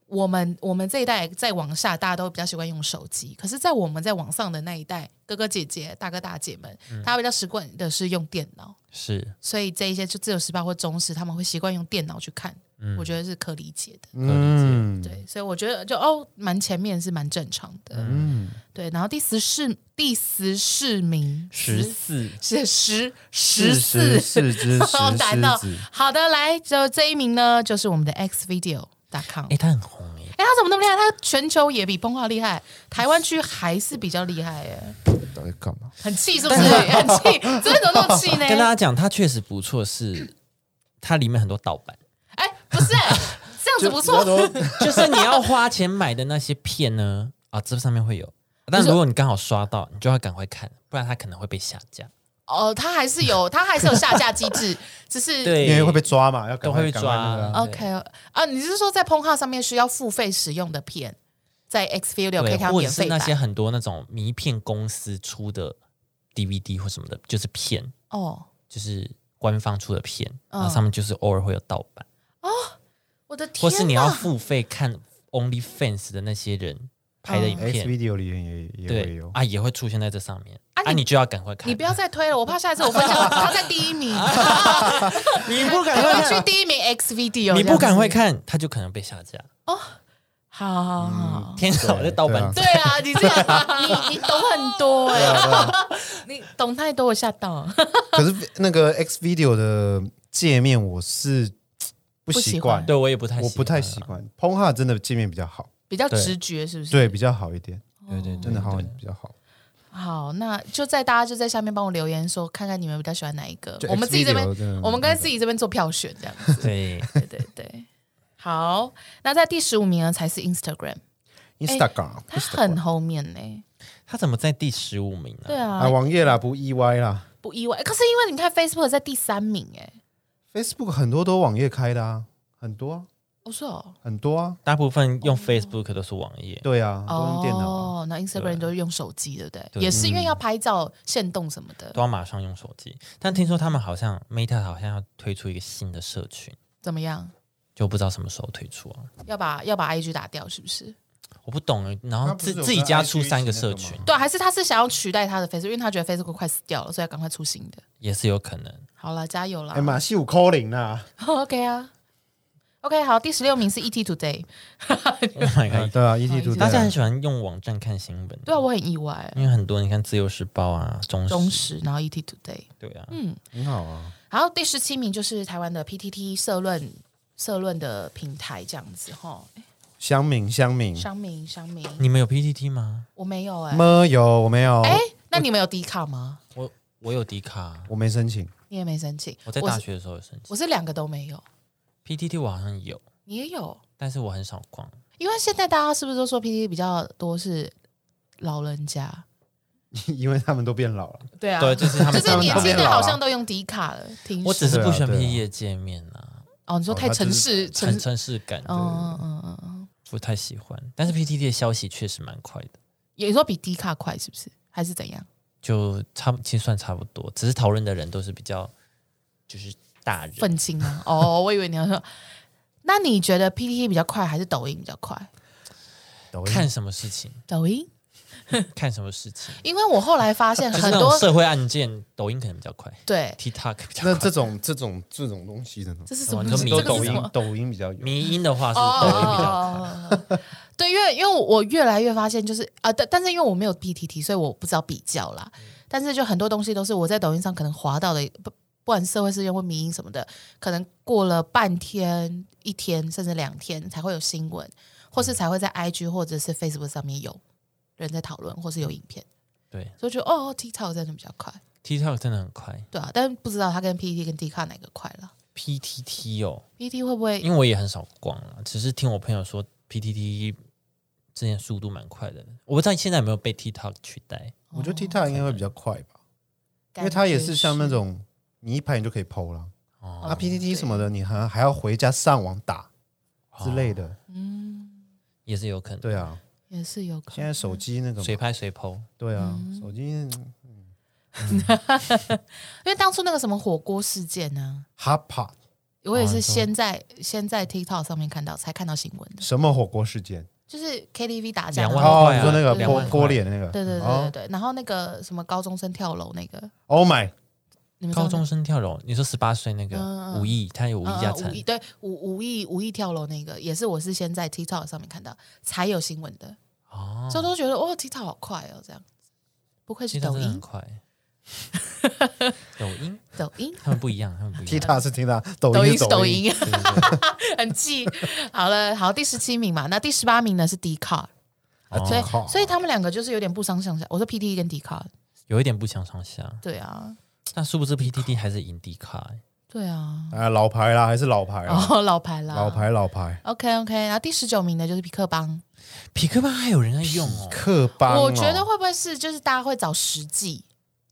Speaker 2: 我们我们这一代再往下，大家都比较习惯用手机，可是，在我们在网上的那一代，哥哥姐姐、大哥大姐们，
Speaker 1: 嗯
Speaker 2: 大家比较习惯的是用电脑，
Speaker 1: 是，
Speaker 2: 所以这一些就自由时报或中时，他们会习惯用电脑去看，
Speaker 1: 嗯
Speaker 2: 我觉得是可理解的。
Speaker 3: 嗯，
Speaker 2: 对，所以我觉得就哦，蛮前面是蛮正常的，
Speaker 3: 嗯，
Speaker 2: 对。然后第十四第十四名
Speaker 1: 十四
Speaker 2: 是十十
Speaker 3: 是
Speaker 2: 四
Speaker 3: 是 是之
Speaker 2: 好
Speaker 3: 石
Speaker 2: 难哦
Speaker 3: 狮子，
Speaker 2: 好的，来，就这一名呢，就是我们的 X Video com。
Speaker 1: 哎，他很红哎，
Speaker 2: 哎、他怎么那么厉害？他全球也比崩化厉害，台湾区还是比较厉害哎，
Speaker 3: 到底干嘛？
Speaker 2: 很气是不是？ 很气，真的怎么那么气呢？
Speaker 1: 跟大家讲，它确实不错，是它里面很多盗版，
Speaker 2: 哎、不是、这样子不错，
Speaker 1: 就是你要花钱买的那些片呢，啊，这上面会有。但如果你刚好刷到，你就要赶快看，不然它可能会被下架。
Speaker 2: 哦，他还是有，他还是有下架机 制，只是
Speaker 1: 对，
Speaker 3: 因为会被抓嘛，要赶快
Speaker 1: 都会被抓
Speaker 3: 赶快那个啊
Speaker 2: OK 啊，你是说在 p o n h u b 上面需要付费使用的片，在 X Video 可以
Speaker 1: 对，
Speaker 2: 看到
Speaker 1: 或者
Speaker 2: 免
Speaker 1: 是
Speaker 2: 费
Speaker 1: 那
Speaker 2: 版
Speaker 1: 些很多那种迷片公司出的 DVD 或什么的，就是片，
Speaker 2: 哦？
Speaker 1: 就是官方出的片，
Speaker 2: 嗯
Speaker 1: 然后上面就是偶尔会有盗版，
Speaker 2: 我的天
Speaker 1: 或
Speaker 2: 哪！
Speaker 1: 是你要付费看 OnlyFans 的那些人，拍
Speaker 2: 嗯
Speaker 1: 的影
Speaker 3: ，X
Speaker 1: 片，
Speaker 3: Video 里面也也会
Speaker 1: 对
Speaker 3: 有。
Speaker 1: 啊，也会出现在这上面
Speaker 2: 啊
Speaker 1: 啊
Speaker 2: 你
Speaker 1: 你就要赶快看，
Speaker 2: 你不要再推了，我怕下一次我分 享他在第一名，
Speaker 1: 你不赶
Speaker 2: 我
Speaker 1: 快
Speaker 2: 去
Speaker 1: 看，
Speaker 2: 第一名 X video，
Speaker 1: 你
Speaker 2: 这样
Speaker 1: 不
Speaker 2: 子
Speaker 1: 赶快，看，他就可能被下架。
Speaker 2: 哦好好好。
Speaker 1: 天哪，我在盗版
Speaker 2: 对啊，你这样，你你懂很多哎、
Speaker 3: 啊
Speaker 2: 你懂太多，我吓到了。
Speaker 3: 可是那个 X Video 的界面我是不
Speaker 2: 不
Speaker 3: 习
Speaker 2: 喜
Speaker 3: 惯
Speaker 2: 欢，
Speaker 1: 对我也不太，
Speaker 3: 我不太习。惯。p o n h u 真的界面比较好，
Speaker 2: 比较
Speaker 1: 对
Speaker 2: 直觉是不是？
Speaker 3: 对，比较好一点，哦
Speaker 1: 对对对，
Speaker 3: 真的好
Speaker 1: 对
Speaker 3: 比较好。
Speaker 2: 好，那就在大家就在下面帮我留言说，看看你们比较喜欢哪一个
Speaker 3: 就。
Speaker 2: 我们自己这边
Speaker 3: Xvideo 真的，
Speaker 2: 我们跟自己这边做票选，这样子。
Speaker 1: 对，
Speaker 2: 对对对。好，那在第十五名呢才是 Instagram，
Speaker 3: Instagram，
Speaker 2: 哎它很后面呢、
Speaker 1: 他怎么在第十五名呢
Speaker 2: 对？啊，
Speaker 3: 啊，网页啦，不意外啦。
Speaker 2: 不意外。可是因为你看 Facebook 在第三名哎、
Speaker 3: Facebook 很多都网页开的啊，很多啊
Speaker 2: 我说哦，
Speaker 3: 很多啊，
Speaker 1: 大部分用 Facebook 都是网页，
Speaker 3: 对啊，都用电脑啊。
Speaker 2: 哦，那 Instagram 都是用手机，对不对？
Speaker 1: 对
Speaker 2: 也是因为要拍照、限动什么的
Speaker 3: 嗯
Speaker 1: 都，要马上用手机。但听说他们好像 Meta 好像要推出一个新的社群，
Speaker 2: 怎么样？
Speaker 1: 就不知道什么时候推出啊，
Speaker 2: 要把要把 IG 打掉是不是？
Speaker 1: 我不懂欸。然后
Speaker 3: 他不
Speaker 1: 自
Speaker 3: 是有
Speaker 1: 自己
Speaker 3: 跟
Speaker 1: 家
Speaker 3: IG
Speaker 1: 出三个
Speaker 3: 一起那
Speaker 1: 社
Speaker 3: 个
Speaker 1: 群
Speaker 3: 吗，
Speaker 2: 对啊，还是他是想要取代他的 Facebook，因为他觉得 Facebook 快死掉了，所以要赶快出新的。
Speaker 1: 也是有可能。
Speaker 2: 好了，加油啦、
Speaker 3: 哎妈，西五扣零啦，
Speaker 2: OK 啊，OK 好，第十六名是 ET Today，
Speaker 1: Oh my
Speaker 3: 哎
Speaker 1: god！
Speaker 3: 对啊，ET
Speaker 2: 不好意
Speaker 3: Two，
Speaker 2: 思
Speaker 1: 大家
Speaker 3: 对啊
Speaker 1: 很喜欢用网站看新闻，
Speaker 2: 对啊，我很意外，
Speaker 3: 嗯
Speaker 1: 因为很多你看《自由时报》啊，中
Speaker 2: 忠
Speaker 1: 时，
Speaker 2: 实，然后 ET Today，
Speaker 1: 对啊，
Speaker 3: 很好啊。
Speaker 2: 然后第十七名就是台湾的 PTT 社论社论的平台这样子哈，
Speaker 3: 香茗香茗，
Speaker 2: 商明商明，
Speaker 3: 嗯
Speaker 1: 你们有 PTT 吗？
Speaker 2: 我没有哎、
Speaker 3: 没有，我没有，
Speaker 2: 哎、那你们有 D 卡吗？
Speaker 1: 我我有迪卡，啊
Speaker 3: 我没申请。
Speaker 2: 你也没申请，
Speaker 1: 我在大
Speaker 2: 是
Speaker 1: 学的时候有申请
Speaker 2: 我是两个都没有，
Speaker 1: PTT，我好像有，
Speaker 2: 你也有，
Speaker 1: 但是我很少逛。
Speaker 2: 因为现在大家是不是都说 PTT 比较多是老人家？
Speaker 3: 因为他们都变老了，
Speaker 2: 对啊，
Speaker 1: 对，就是他们
Speaker 2: 就是年
Speaker 3: 都
Speaker 2: 轻
Speaker 3: 变
Speaker 2: 的
Speaker 3: 老
Speaker 2: 好
Speaker 3: 啊
Speaker 2: 像都用迪卡了，听
Speaker 1: 我只
Speaker 2: 说
Speaker 1: 是不喜欢
Speaker 3: 对啊对啊
Speaker 1: PTT 的界面啊，
Speaker 2: 哦，你说
Speaker 3: 哦
Speaker 2: 太
Speaker 3: 他就
Speaker 2: 城
Speaker 3: 是
Speaker 2: 市城
Speaker 1: 很，城市感，
Speaker 2: 嗯嗯嗯嗯，
Speaker 1: 不太喜欢。但是 PTT 的消息确实蛮快的，
Speaker 2: 也说比迪卡快是不是？还是怎样？
Speaker 1: 就差不其实算差不多，只是讨论的人都是比较就是大人。
Speaker 2: 愤青吗？哦，我以为你要说，那你觉得 PTT 比较快还是抖音比较快？
Speaker 3: 抖音
Speaker 1: 看什么事情？
Speaker 2: 抖音，
Speaker 1: 看什么事情？
Speaker 2: 因为我后来发现
Speaker 1: 就是
Speaker 2: 很
Speaker 1: 那种
Speaker 2: 多
Speaker 1: 社会案件，抖音可能比较快
Speaker 2: 对，
Speaker 1: ，TikTok 比较快。
Speaker 3: 那这种这种这种东西的呢？
Speaker 2: 这是什么？
Speaker 1: 哦你
Speaker 2: 这
Speaker 1: 说
Speaker 2: 个
Speaker 1: 迷
Speaker 3: 都
Speaker 1: 这
Speaker 2: 是
Speaker 3: 抖
Speaker 2: 什
Speaker 3: 音
Speaker 2: 么？
Speaker 3: 抖音比较有，
Speaker 1: 迷音的话是
Speaker 2: 哦
Speaker 1: 抖音比较快，
Speaker 2: 哦哦哦 对，因为因为我越来越发现，就是啊，但、但是因为我没有 PTT，所以我不知道比较啦。但是就很多东西都是我在抖音上可能滑到的，不不管社会事件或民音什么的，可能过了半天、一天甚至两天才会有新闻，或是才会在 IG 或者是 Facebook 上面有人在讨论，或是有影片，
Speaker 1: 对
Speaker 2: 所以我觉得哦，TikTok 真的比较快，
Speaker 1: ，TikTok 真的很快。
Speaker 2: 对啊，但不知道它跟 PTT 跟 D 卡哪个快了
Speaker 1: PTT 哦，
Speaker 2: ，PTT 会不会
Speaker 1: 因为我也很少逛了，只是听我朋友说 PTT 之前速度蛮快的，我不知道现在有没有被 TikTok 取代。
Speaker 3: 我觉得 TikTok 应该会比较快吧，因
Speaker 2: 感觉？
Speaker 3: 为它也是像那种你一拍你就可以 PO 了，
Speaker 1: 哦
Speaker 3: 啊 PPT
Speaker 2: 对
Speaker 3: 什么的，你还还要回家上网打之类的。
Speaker 2: 嗯，
Speaker 1: 也是有可能。
Speaker 3: 对啊，
Speaker 2: 也是有可能
Speaker 3: 现在手机那个嘛，
Speaker 1: 随拍随 PO，
Speaker 3: 对啊，手机嗯
Speaker 2: 因为当初那个什么火锅事件呢、
Speaker 3: 哈帕
Speaker 2: 我也
Speaker 1: 哦
Speaker 2: 是
Speaker 1: 你说
Speaker 2: 先在、先在 TikTok 上面看到，才看到新闻的，
Speaker 3: 什么火锅事件？
Speaker 2: 就是 KTV 打架的
Speaker 1: 两万
Speaker 2: 那个。
Speaker 1: 块
Speaker 3: 哦，
Speaker 1: 啊
Speaker 3: 你说那
Speaker 2: 对
Speaker 3: 个泼
Speaker 1: 两万块
Speaker 3: 泼脸的那个？
Speaker 2: 对对对对
Speaker 3: 哦
Speaker 2: 对，然后那个什么高中生跳楼那个，
Speaker 3: ，Oh my，
Speaker 2: 你们知
Speaker 1: 高
Speaker 2: 道那个
Speaker 1: 中生跳楼，你说十八岁那个
Speaker 2: 嗯嗯
Speaker 1: 武艺，他有武艺
Speaker 2: 嗯
Speaker 1: 加
Speaker 2: 嗯
Speaker 1: 成
Speaker 2: 武艺，对武武艺武艺跳楼那个，也是我是先在 TikTok 上面看到才有新闻的，
Speaker 1: 哦，
Speaker 2: 所以我都觉得哦 TikTok 好快哦，这样不愧是
Speaker 1: 其实真
Speaker 2: 抖
Speaker 1: 的很
Speaker 2: 音
Speaker 1: 快。 抖音
Speaker 2: 抖音
Speaker 1: 他们不一样，他们不一样。
Speaker 3: ，TikTok 是 TikTok，抖
Speaker 2: 抖音
Speaker 3: 音是
Speaker 2: 是抖
Speaker 3: 音。
Speaker 2: 音，很记。好了，好，第十七名嘛，那第十八名呢是 d c a r
Speaker 3: 啊
Speaker 2: 所以
Speaker 3: Dcard
Speaker 2: 所以他们两个就是有点不相上下。我说 P T 跟 D 卡，
Speaker 1: 有一点不相上下，
Speaker 2: 对啊，
Speaker 1: 但殊不知 PTT 还是赢 D 卡、欸。
Speaker 2: 对啊，
Speaker 3: 啊，老牌啦，还是老牌
Speaker 2: 然
Speaker 3: 啦，
Speaker 2: 后 老牌啦，
Speaker 3: 哎老。牌老牌，
Speaker 2: OK OK，然后第十九名呢就是匹克邦，
Speaker 1: 匹克邦还有人在用 哦，
Speaker 3: 克邦哦，
Speaker 2: 我觉得会不会是就是大家会找实际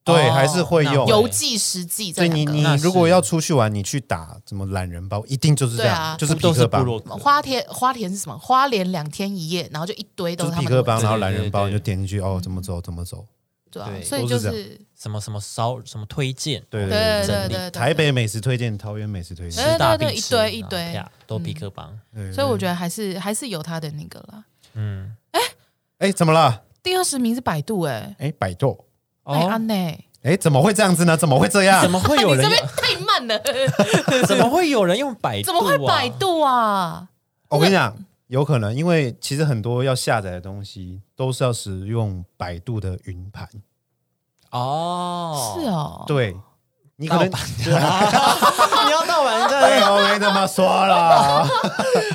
Speaker 3: 对，
Speaker 1: 哦
Speaker 3: 还是会
Speaker 1: 那
Speaker 3: 用
Speaker 1: 对
Speaker 2: 邮寄实际
Speaker 3: 所
Speaker 2: 这
Speaker 3: 以你
Speaker 2: 两
Speaker 3: 你
Speaker 2: 个。
Speaker 1: 那是
Speaker 3: 如果要出去玩，你去打什么懒人包，一定就是这
Speaker 2: 对啊
Speaker 3: 样，就是
Speaker 1: 不
Speaker 3: 皮
Speaker 1: 都是
Speaker 3: 克
Speaker 1: 部
Speaker 3: 邦，
Speaker 1: 落格
Speaker 2: 花田花田是什么？花莲两天一夜，然后就一堆都
Speaker 3: 就是是
Speaker 2: 他
Speaker 3: 皮
Speaker 2: 们的嗯
Speaker 3: 克
Speaker 2: 文
Speaker 3: 邦，
Speaker 2: 字，
Speaker 3: 然后懒人包
Speaker 1: 对对对
Speaker 3: 你就点进去，哦，怎么走怎么走，
Speaker 2: 对啊，
Speaker 1: 对
Speaker 2: 所以
Speaker 3: 都
Speaker 2: 就是是
Speaker 1: 什么什么烧什么推荐，
Speaker 3: 对
Speaker 2: 对
Speaker 3: 对
Speaker 2: 对
Speaker 1: 整
Speaker 2: 对
Speaker 1: 理
Speaker 2: 对，对
Speaker 3: 台北美食推荐，桃园美食推荐，
Speaker 2: 哎
Speaker 1: 十大
Speaker 2: 对对
Speaker 1: 必吃
Speaker 2: 对一
Speaker 1: 然后
Speaker 2: 堆嗯
Speaker 1: 啪都匹克邦。
Speaker 3: 对
Speaker 2: 所以我觉得还是还是有他的那个啦。
Speaker 1: 嗯，
Speaker 3: 哎、哎，怎么了？
Speaker 2: 第二十名是百度、哎、
Speaker 3: 哎，百度，
Speaker 2: 哎
Speaker 1: 哦，
Speaker 2: 安内，
Speaker 3: 哎，怎么会这样子呢？怎么会这样
Speaker 1: 怎？么会有
Speaker 2: 你
Speaker 1: 人
Speaker 2: 这边太慢了，
Speaker 1: 用？怎么会有人用百度、啊？
Speaker 2: 怎么会百？度啊？
Speaker 3: 我跟你讲，有可能，因为其实很多要下载的东西都是要使用百度的云盘，
Speaker 1: 哦，
Speaker 3: 啊
Speaker 2: 是哦，
Speaker 3: 对你可
Speaker 1: 盗
Speaker 3: 能
Speaker 1: 版。你要盗版
Speaker 3: 哎
Speaker 1: 的，
Speaker 3: 呦，没这么说啦，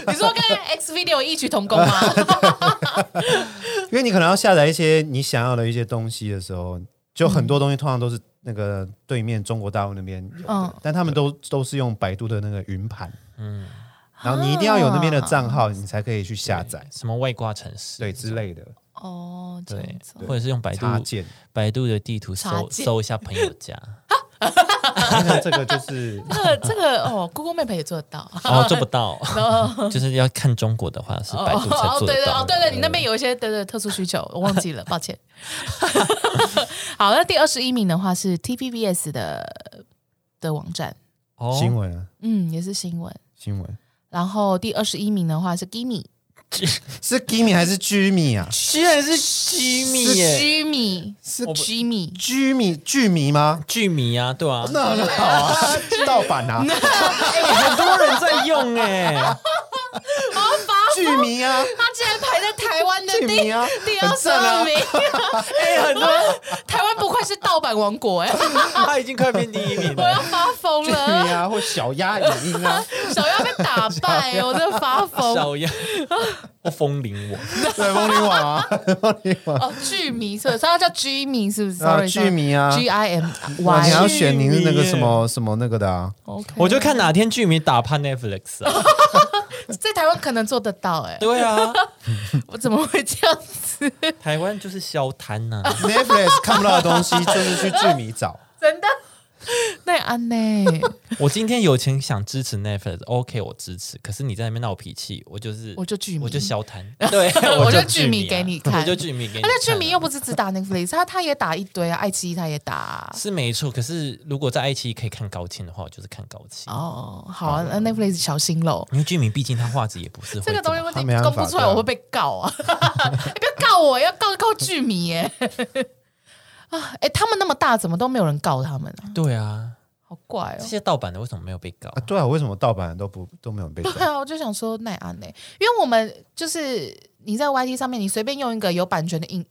Speaker 2: 你说跟 X Video 异曲同工 吗？
Speaker 3: 因为你可能要下载一些你想要的一些东西的时候，就很多东西通常都是那个对面中国大陆那边有的，
Speaker 2: 嗯
Speaker 3: 但他们都都是用百度的那个云盘，
Speaker 1: 嗯
Speaker 3: 然后你一定要有那边
Speaker 1: 啊
Speaker 3: 的账号，你才可以去下载，
Speaker 1: 什么外挂城市？
Speaker 3: 对之类的
Speaker 2: 哦，这
Speaker 1: 对
Speaker 2: 样子，
Speaker 1: 或者是用百度
Speaker 3: 插件。
Speaker 1: 百度的地图
Speaker 2: 插
Speaker 1: 搜
Speaker 2: 件
Speaker 1: 搜一下朋友 家，
Speaker 3: 这个就是
Speaker 2: 这个这个哦，Google Map 也做得 到。
Speaker 1: 哦，做不到，就是要看中国的话是
Speaker 2: 哦
Speaker 1: 百度才
Speaker 2: 哦，
Speaker 1: 做
Speaker 2: 对
Speaker 1: 得
Speaker 2: 对
Speaker 1: 到
Speaker 2: 哦，。对对，你那边有一些对对特殊需求，我忘记了，抱歉。 好，那第二十一名的话是 TPBS 的的网站，
Speaker 1: 哦
Speaker 3: 新闻啊，
Speaker 2: 嗯，也是新闻。
Speaker 3: 新闻
Speaker 2: 然后第二十一名的话是 Gimme，
Speaker 3: 是 Gimme 还是 Gimme 啊？
Speaker 1: 居然是居迷
Speaker 2: 是
Speaker 1: 耶，
Speaker 2: Gimme，
Speaker 3: 是
Speaker 2: 是 Gimme，
Speaker 3: Gimme 剧迷吗？
Speaker 1: 剧迷啊，对啊，
Speaker 3: 那很好啊，盗版啊，
Speaker 1: 很多人在用 哎，
Speaker 3: 剧迷啊，
Speaker 2: 他竟然排在台湾的
Speaker 3: 剧
Speaker 2: 第
Speaker 3: 迷啊，
Speaker 2: 第
Speaker 3: 很
Speaker 2: 二十
Speaker 3: 赞啊
Speaker 2: 二名，
Speaker 1: 哎，很多
Speaker 2: 台湾不愧是盗版王国 哎、
Speaker 1: 他已经快变第一名
Speaker 2: 我要
Speaker 1: 了。
Speaker 2: 发疯
Speaker 3: 剧
Speaker 2: 了。
Speaker 3: 迷啊，或小鸭影音 啊，
Speaker 2: 小妖被打 败、我真的发疯
Speaker 1: 小样，我风铃我，
Speaker 3: 对，风铃网啊，风铃网。
Speaker 2: 哦！剧迷是不是，所以它叫居迷，是不是
Speaker 3: 啊，
Speaker 2: ？Sorry，
Speaker 3: 剧迷啊，
Speaker 2: G I M
Speaker 3: 哇，你要
Speaker 2: Y。
Speaker 3: 选您是那个什么什么那个 的啊？
Speaker 2: OK，
Speaker 1: 我就看哪天剧迷打趴 Netflix 啊。
Speaker 2: 在台湾可能做得到哎、
Speaker 1: 对啊，
Speaker 2: 我怎么会这样子？
Speaker 1: 台湾就是消摊呐。
Speaker 3: Netflix 看不到的东西，就是去剧迷找。
Speaker 2: 真的？那也 安呢？啊
Speaker 1: 我今天有钱想支持 Netflix，OK，我支持。可是你在那边闹脾气，我就是
Speaker 2: 我就剧迷
Speaker 1: 我就消 摊，对，
Speaker 2: 我就
Speaker 1: 就
Speaker 2: 剧迷
Speaker 1: 啊
Speaker 2: 给你看
Speaker 1: 我就剧迷给你看啊。
Speaker 2: 而且剧迷又不是只打 Netflix，他他也打一堆啊，爱奇艺他也打啊、
Speaker 1: 是没错，可是如果在爱奇艺可以看高清的话，我就是看高清。
Speaker 2: 哦，好啊，那 Netflix 小心喽。
Speaker 1: 因为剧迷毕竟它画质也不是会
Speaker 2: 这个东西
Speaker 1: 么
Speaker 2: 我
Speaker 1: 好
Speaker 2: 自己
Speaker 3: 他没办法
Speaker 2: 公布出来，我会被告啊！ 哎不要告我，要告告剧迷耶！啊，哎，他们那么大，怎么都没有人告他们啊？
Speaker 1: 对啊，
Speaker 2: 好怪
Speaker 1: 这
Speaker 2: 哦！
Speaker 1: 些盗版的为什么没有被告
Speaker 3: 啊？对啊，为什么盗版都不都没有被
Speaker 2: 对
Speaker 3: 找？
Speaker 2: 啊，我就想说奈安呢，因为我们就是你在 YT 上面，你随便用一个有版权的音，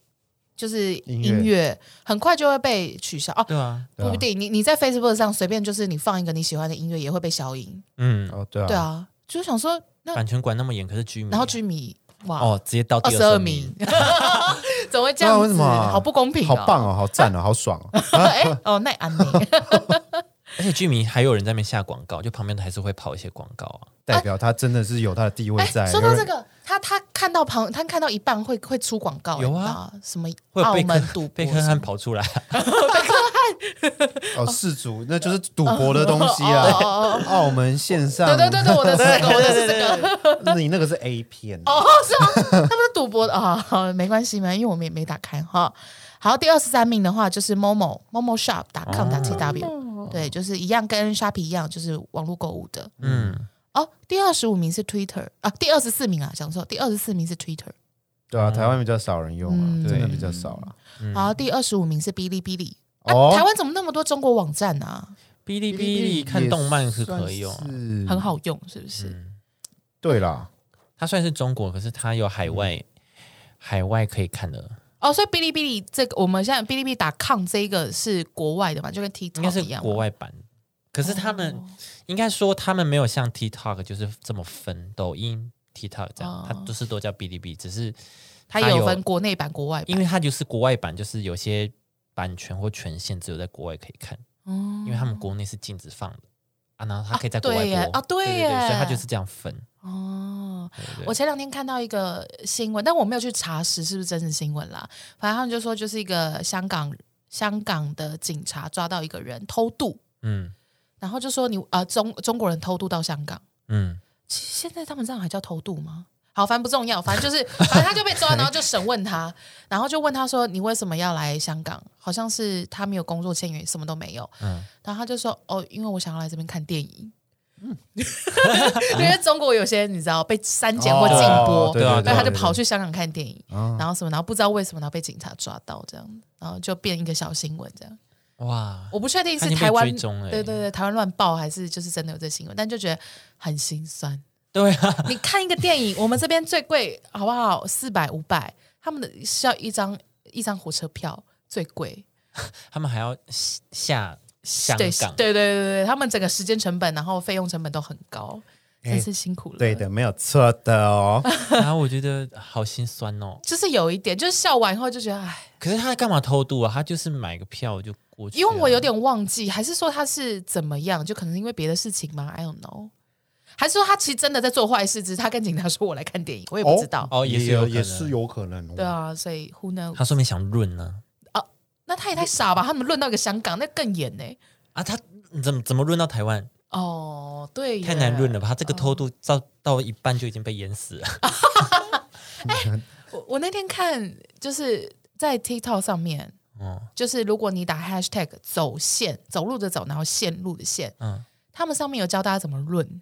Speaker 2: 就是
Speaker 3: 音
Speaker 2: 音
Speaker 3: 乐
Speaker 2: 乐，很快就会被取消哦。
Speaker 1: 对啊，
Speaker 3: 对啊
Speaker 2: 不一定，你你在 Facebook 上随便就是你放一个你喜欢的音乐也会被消音。
Speaker 1: 嗯，
Speaker 3: 哦，对
Speaker 2: 对
Speaker 3: 啊，
Speaker 2: 啊，就想说那
Speaker 1: 版权管那么严，可是剧迷，
Speaker 2: 然后居迷哇
Speaker 1: 哦，直接到
Speaker 2: 二
Speaker 1: 第
Speaker 2: 十
Speaker 1: 二
Speaker 2: 二
Speaker 1: 名
Speaker 2: 名，， 怎么会这样
Speaker 3: 对啊为
Speaker 2: 子？
Speaker 3: 什么啊
Speaker 2: 好不公平、
Speaker 3: 好棒！哦，好赞哦，好爽哦！
Speaker 2: 哎、哦，那也 安妮
Speaker 1: 而且剧迷还有人在那边下广告，就旁边的还是会跑一些广告啊。
Speaker 3: 代表他真的是有他的地位
Speaker 2: 哎、
Speaker 3: 在。
Speaker 2: 说到
Speaker 3: 有
Speaker 2: 这
Speaker 3: 人
Speaker 2: 个，他他看到旁，他看到一半会会出广告、
Speaker 1: 有啊
Speaker 2: 你知道吗，什么
Speaker 1: 会有
Speaker 2: 澳
Speaker 1: 贝
Speaker 2: 门
Speaker 1: 克
Speaker 2: 赌博
Speaker 1: 贝
Speaker 2: 什
Speaker 1: 克
Speaker 2: 么，
Speaker 1: 汉跑出来，
Speaker 3: 哦，氏族那就是赌博的东西
Speaker 2: 哦哦
Speaker 3: 啊。
Speaker 2: 哦哦，
Speaker 3: 澳门线上，
Speaker 2: 对对对对，我的是这个，我的是这 个，
Speaker 3: 那你那个是 A 片
Speaker 2: 哦，是啊，他们是赌博的啊、好，没关系嘛，因为我们也没打开哈。好，第二十三名的话就是 momo momo
Speaker 1: 哦
Speaker 2: shop com 打 tw，、对，就是一样跟 shop 一样，就是网络购物的。
Speaker 1: 嗯，
Speaker 2: 哦，第二十五名是 Twitter 啊，第二十四名啊，讲错，第二十四名是 Twitter，
Speaker 3: 对啊，台湾比较少人用
Speaker 2: 嗯
Speaker 3: 啊，真的
Speaker 1: 对
Speaker 3: 比较少了。
Speaker 1: 嗯
Speaker 2: 然后第二十五名是哔哩哔哩。啊
Speaker 3: 哦，
Speaker 2: 台湾怎么那么多中国网站啊？
Speaker 1: 哔哩哔哩看动漫是可以用啊，
Speaker 3: 是
Speaker 2: 很。好用，是不是？
Speaker 1: 嗯，
Speaker 3: 对啦，
Speaker 1: 它虽然是中国，可是它有海外海外可以看的，
Speaker 2: 哦，所以哔哩哔哩这个，我们现在哔哩哔哩打 com 这一个是国外的嘛，就跟
Speaker 1: 应该
Speaker 2: TikTok
Speaker 1: 是
Speaker 2: 一样嘛。
Speaker 1: 国外版。可是他们、应该说他们没有像 TikTok 就是这么分，抖音、TikTok 这样
Speaker 2: 哦，
Speaker 1: 它就是都叫哔哩哔哩，只是
Speaker 2: 它
Speaker 1: 它
Speaker 2: 有
Speaker 1: 有
Speaker 2: 分国内版、国外版
Speaker 1: 因。为它就是国外版，就是有些版权或权限只有在国外可以看，
Speaker 2: 因
Speaker 1: 因为他们国内是禁止放的啊，然后它可以在
Speaker 2: 啊
Speaker 1: 国外
Speaker 2: 嗯对
Speaker 1: 播
Speaker 2: 耶啊对
Speaker 1: 对对
Speaker 2: 耶
Speaker 1: 所以它就是这样分。
Speaker 2: 哦，
Speaker 1: 对对
Speaker 2: 我前两天看到一个新闻，但我没有去查实是不是真实新闻啦。反正他们就说，就是一个香港香港的警察抓到一个人偷渡，
Speaker 1: 嗯
Speaker 2: 然后就说你呃中中国人偷渡到香港，
Speaker 1: 嗯，
Speaker 2: 其实现在他们这样还叫偷渡吗？好，反正不重要，反正就是，反正他就被 抓，然后就审问他，然后就问他说：“你为什么要来香港？好像是他没有工作签约，什么都没有。”
Speaker 1: 嗯
Speaker 2: 然后他就说：“哦，因为我想要来这边看电影。”
Speaker 1: 嗯
Speaker 2: 因为中国有些你知道被删减或禁播，
Speaker 3: 哦对
Speaker 1: 对
Speaker 3: 对
Speaker 1: 啊
Speaker 2: 所以
Speaker 3: 对，
Speaker 2: 他就
Speaker 3: 对
Speaker 2: 跑去香港看电影，
Speaker 3: 哦
Speaker 2: 然后什么，然后不知道为什么，然后被警察抓到这样，然后就变一个小新闻这样。
Speaker 1: 哇，
Speaker 2: 我不确定
Speaker 1: 他已
Speaker 2: 是
Speaker 1: 经被
Speaker 2: 台湾
Speaker 1: 追，踪欸
Speaker 2: 对对对，台湾乱报还是就是真的有这新闻，但就觉得很心酸。
Speaker 1: 对啊，
Speaker 2: 你看一个电影，我们这边最贵好不好？四百五百，他们的是要一张一张火车票最贵。
Speaker 1: 他们还要下香
Speaker 2: 对
Speaker 1: 港，
Speaker 2: 对对对对，他们整个时间成本，然后费用成本都很高，
Speaker 3: 哎
Speaker 2: 真是辛苦了。
Speaker 3: 对的，没有错的哦。
Speaker 1: 然后我觉得好心酸哦。
Speaker 2: 就是有一点，就是笑完以后就觉得，哎，
Speaker 1: 可是他干嘛偷渡啊？他就是买个票就过去啊、
Speaker 2: 因为我有点忘记，还是说他是怎么样？就可能是因为别的事情吗？I don't know。还是说他其实真的在做坏事，只是他跟警察说我来看电影，我也不知道。
Speaker 1: 哦，也是有
Speaker 3: 有
Speaker 1: 可能
Speaker 3: 也是，有可能哦。
Speaker 2: 对啊，所以 who knows？
Speaker 1: 他说明想润呢
Speaker 2: 那他也太傻吧？他们论到一个香港，那更严呢、
Speaker 1: 啊，他怎么怎么润到台湾？
Speaker 2: 哦，对耶，
Speaker 1: 太难润了吧？他这个偷
Speaker 2: 哦
Speaker 1: 渡到、到一半就已经被淹死了。
Speaker 2: 我我那天看就是在 TikTok 上面，
Speaker 1: 哦，
Speaker 2: 就是如果你打 hashtag 走线，走路的走，然后线路的线，
Speaker 1: 嗯，
Speaker 2: 他们上面有教大家怎么论，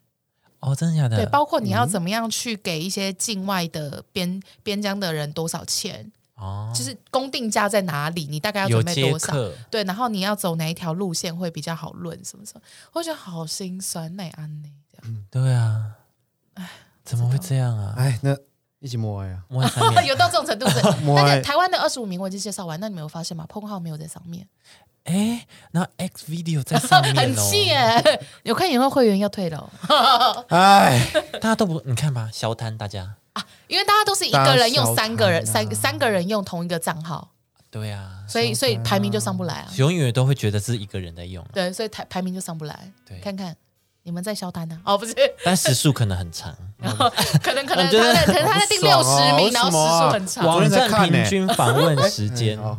Speaker 1: 哦，真的假的？
Speaker 2: 对，包括你
Speaker 1: 嗯
Speaker 2: 要怎么样去给一些境外的边边疆的人多少钱，
Speaker 1: 哦，
Speaker 2: 就是公定价在哪里，你大概要
Speaker 1: 有
Speaker 2: 准备
Speaker 1: 接
Speaker 2: 多少。
Speaker 1: 客，
Speaker 2: 对，然后你要走哪一条路线会比较好论，什么什么，我觉得好心酸，奈安呢，这样
Speaker 1: 对啊，怎么会这样啊？
Speaker 3: 哎，那一起默哀啊！。
Speaker 1: 摸三面，
Speaker 2: 有到这种程 度是
Speaker 3: 摸
Speaker 2: 但
Speaker 3: 哀
Speaker 2: 是台湾的二十五名我已经介绍完，那你们有发现吗？碰号没有在上面，
Speaker 1: 哎，然后 X Video 在上面
Speaker 2: 很
Speaker 1: 哦，
Speaker 2: 气耶！ 有看演唱会会员要退了哦、
Speaker 3: 哎，
Speaker 1: 大家都不，你看吧，消摊大家，
Speaker 2: 因为大家都是一个人
Speaker 3: 大小
Speaker 2: 用三个人，
Speaker 3: 看啊
Speaker 2: 三三个人用同一个账号，
Speaker 1: 对啊，
Speaker 2: 所以所以排名就上不来啊。
Speaker 1: 永远都会觉得是一个人在用啊，
Speaker 2: 对，所以排排名就上不来。
Speaker 1: 对
Speaker 2: 看看你们在消单呢、哦，不是，
Speaker 3: 嗯
Speaker 1: 但时速可能很 长。
Speaker 2: 然后可能可能
Speaker 1: 我觉得
Speaker 2: 他在可能他在第
Speaker 3: 好
Speaker 2: 六
Speaker 3: 爽
Speaker 2: 十
Speaker 3: 哦
Speaker 2: 名，然后时数很
Speaker 3: 哇
Speaker 2: 长。
Speaker 1: 网
Speaker 3: 昨天在
Speaker 1: 站
Speaker 3: 看呢
Speaker 1: 平均访问时间
Speaker 3: 嗯，哦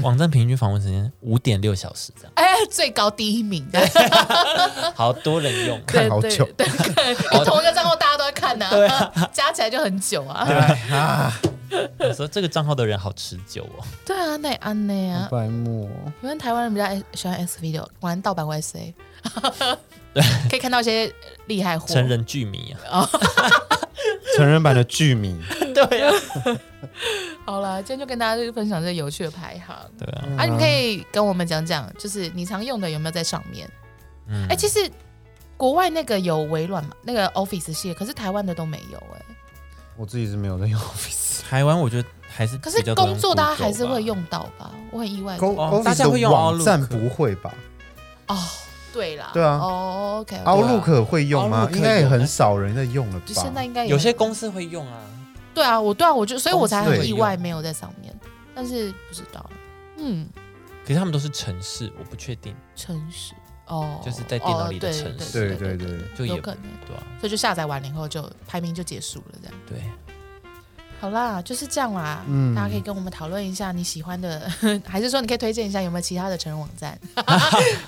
Speaker 1: 网站平均访问时间五点六小时这样，
Speaker 2: 哎，最高第一 名，对啊
Speaker 1: 好多人 用。
Speaker 3: 看好久啊
Speaker 2: 对， 对因为同一个账号大家都在看呢、 加起来就很久 啊。
Speaker 3: 哎啊，
Speaker 1: 我说这个账号的人好持久哦，
Speaker 2: 对啊，那也安内啊，
Speaker 3: 白目哦。
Speaker 2: 因为台湾人比较爱喜欢 X video，果然盗版 YSA，可以 看到一些厉害货。
Speaker 1: 成人剧迷啊，
Speaker 3: 成人版的剧名，
Speaker 1: 对啊，
Speaker 2: 好了，今天就跟大家分享这有趣的排行
Speaker 1: 对啊，
Speaker 2: 啊，你们可以跟我们讲讲，就是你常用的有没有在上面？
Speaker 1: 嗯
Speaker 2: 哎、，其实国外那个有微软嘛，那个 Office 系列，可是台湾的都没有哎、
Speaker 3: 我自己是没有在用 Office。
Speaker 1: 台湾我觉得还是
Speaker 2: 可
Speaker 1: 比
Speaker 2: 是
Speaker 1: 较多人
Speaker 2: 工作大家还是
Speaker 1: Google 吧
Speaker 2: 会，用到吧？我很意外
Speaker 3: Go-
Speaker 1: 哦大家会用
Speaker 3: Office 的网
Speaker 1: Outlook
Speaker 3: 站不会吧
Speaker 2: 哦，对啦，
Speaker 3: 对啊
Speaker 2: 哦，OK，
Speaker 1: 啊
Speaker 3: ？Outlook 会用吗？
Speaker 1: Outlook
Speaker 3: 应该也
Speaker 1: 有
Speaker 3: 很少人在用了吧？
Speaker 2: 就现在应该
Speaker 1: 有些公司会用啊，
Speaker 2: 对啊，我对啊，我就所以我才
Speaker 1: 公司
Speaker 2: 很
Speaker 1: 会
Speaker 2: 意
Speaker 1: 用
Speaker 2: 外没有在上面，但是不知道，嗯，
Speaker 1: 可是他们都是城市，我不确定，
Speaker 2: 城市哦，
Speaker 1: 就是在电脑里的
Speaker 2: 哦
Speaker 1: 城市
Speaker 2: 对对
Speaker 3: 对对
Speaker 2: 对
Speaker 3: 对
Speaker 1: 就也
Speaker 2: 有可能，
Speaker 1: 对啊，
Speaker 2: 所以就下载完了以后就排名就结束了这样。
Speaker 1: 对，
Speaker 2: 好啦，就是这样啦。
Speaker 3: 嗯
Speaker 2: 大家可以跟我们讨论一下你喜欢的， 还是说你可以推荐一下有没有其他的成人网 站？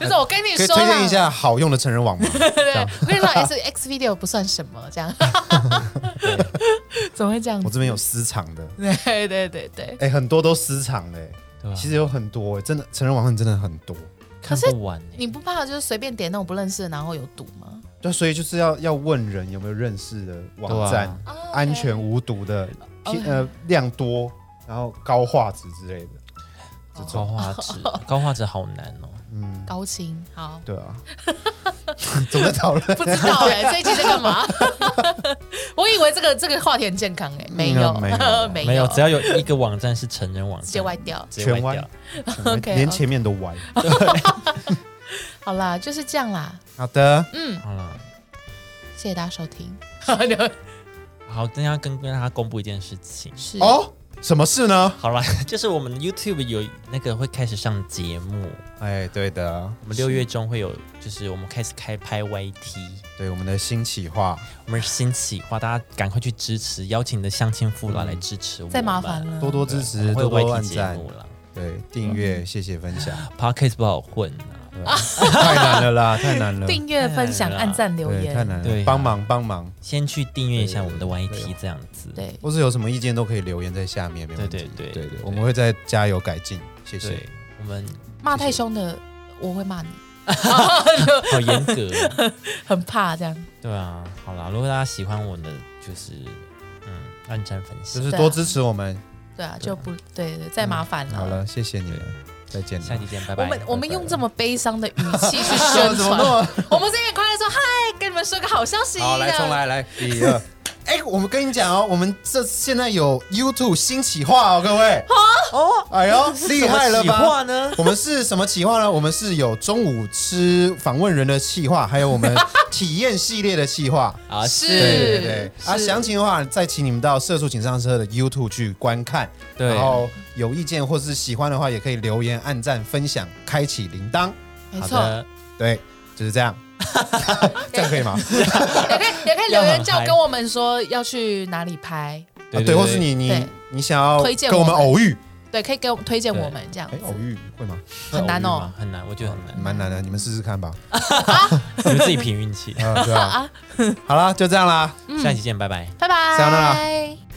Speaker 2: 就是我跟你
Speaker 3: 可以
Speaker 2: 说
Speaker 3: 推荐
Speaker 2: 啦，
Speaker 3: 一下好用的成人网吗？
Speaker 2: 对，我跟你说，S X Video 不算什么， 这样怎么会这样
Speaker 3: 我
Speaker 2: 子？
Speaker 3: 这边有私藏的，
Speaker 2: 对对对对，
Speaker 3: 哎，很多都私藏的，哎
Speaker 1: 对啊，
Speaker 3: 其实有很多，哎真的成人网站真的很多。
Speaker 1: 看不完欸
Speaker 2: 你不怕就是随便点那种不认识的然后有毒吗？
Speaker 3: 对，所以就是要要问人有没有认识的网站，
Speaker 1: 对啊
Speaker 3: 安全无毒的，
Speaker 2: OK
Speaker 3: 呃量多，然后高画质之类的，这
Speaker 1: 高
Speaker 3: 种
Speaker 1: 画质，高画质好难哦，
Speaker 3: 嗯，
Speaker 2: 高清好。
Speaker 3: 对啊， 怎么在 讨论？
Speaker 2: 不知道哎、这一集在干嘛？ 我以为这个这个话题很健康哎、没有
Speaker 3: 嗯 没有
Speaker 2: 没
Speaker 1: 没有，只
Speaker 2: 要
Speaker 1: 要有一个网站是成人 网站，
Speaker 2: 直接歪掉。
Speaker 1: 直接歪
Speaker 3: 全
Speaker 1: 掉
Speaker 3: 歪，
Speaker 2: 哦
Speaker 3: 连前面都歪。
Speaker 2: 好啦，就是这样啦，
Speaker 3: 好的，
Speaker 2: 嗯，
Speaker 1: 好了。
Speaker 2: 谢谢大家收听。
Speaker 1: 好，今天要跟跟大家公布一件事情。
Speaker 2: 是
Speaker 3: 哦，什么事呢？
Speaker 1: 好了， 就是我们 YouTube 有那个会开始上节目，
Speaker 3: 哎，对的，
Speaker 1: 我们六月中会有，就是我们开始开拍 YT，
Speaker 3: 对我们的新企划，
Speaker 1: 我们新企划，大家赶快去支持，邀请你的乡亲父老来支持我们。
Speaker 2: 再麻烦了，
Speaker 3: 多多
Speaker 1: 嗯对，
Speaker 3: 支持，
Speaker 1: 我
Speaker 3: 多
Speaker 1: 们会有
Speaker 3: 多
Speaker 1: YT
Speaker 3: 按
Speaker 1: 节
Speaker 3: 赞，
Speaker 1: 目嗯了
Speaker 3: 对，订阅，谢谢分享，
Speaker 1: ，Podcast 不好混啊。
Speaker 3: 对太难了啦，太难了，
Speaker 2: 订阅、分享、
Speaker 1: 哎呀
Speaker 2: 按赞、留
Speaker 3: 对，太
Speaker 2: 言，
Speaker 3: 难
Speaker 1: 对
Speaker 3: 了
Speaker 1: 啊，
Speaker 3: 帮忙帮忙，
Speaker 1: 先去订阅一下我们的
Speaker 3: 对
Speaker 1: YT，这样子。
Speaker 2: 对，
Speaker 3: 或是有什么意见都可以留言在下面，没问题
Speaker 1: 对，对对
Speaker 3: 对
Speaker 1: 对，
Speaker 3: 对我们会再加油改进，谢谢
Speaker 1: 对。，我们
Speaker 2: 骂太凶的我会骂你，
Speaker 1: 好严格，哦
Speaker 2: 很怕这样。
Speaker 1: 对啊。好啦，如果大家喜欢我的，就是嗯，按赞分
Speaker 3: 就
Speaker 1: 享。
Speaker 2: 啊
Speaker 3: 是多支持我们。
Speaker 2: 对啊，就不对对，再麻烦了。
Speaker 3: 嗯好了，谢谢你们，再见了。
Speaker 1: 下期见，拜
Speaker 2: 我
Speaker 1: 拜。
Speaker 2: 们我们
Speaker 3: 拜
Speaker 2: 用这么悲伤的语气去
Speaker 3: 怎
Speaker 2: 宣
Speaker 3: 么那么
Speaker 2: 传，我们是很快乐说嗨，跟你们说个好消息。
Speaker 3: 好，来重来来，一 二。哎，我们跟你讲哦，我们这现在有 YouTube 新企划哦，各位。哦，哎 呦，厉害了吧？
Speaker 1: 话呢？
Speaker 3: 我们是什么企划呢？我们是有中午吃访问人的企划，还有我们体验系列的企划。
Speaker 1: 啊，
Speaker 2: 是
Speaker 3: 对对对，啊，
Speaker 2: 是
Speaker 3: 详情的话再请你们到《社畜请上车》的 YouTube 去观看。
Speaker 1: 对
Speaker 3: 然后有意见或是喜欢的话，也可以留言、按赞、分享、开启铃铛。
Speaker 2: 没
Speaker 1: 好
Speaker 2: 错，
Speaker 1: 的，
Speaker 3: 对，就是 这样。这样可以吗？啊
Speaker 2: 也可以也可以留言叫跟我们说要去哪里拍，
Speaker 3: 啊对，或是你你
Speaker 2: 对
Speaker 3: 你想要
Speaker 2: 推荐
Speaker 3: 跟我们
Speaker 2: 我们
Speaker 3: 偶遇，
Speaker 2: 对，可以给我们推荐
Speaker 1: 对
Speaker 2: 我们这样
Speaker 3: 哎
Speaker 2: 子，。
Speaker 3: 偶遇会吗？
Speaker 2: 很难哦
Speaker 1: 偶遇吗，很难，我觉得很 难，
Speaker 3: 蛮难的，你们试试看吧。
Speaker 1: 你们自己凭运气。
Speaker 3: 啊，对啊。好啦，就这样啦。
Speaker 2: 嗯
Speaker 1: 下期见，拜拜。
Speaker 2: 拜拜，
Speaker 3: sayonara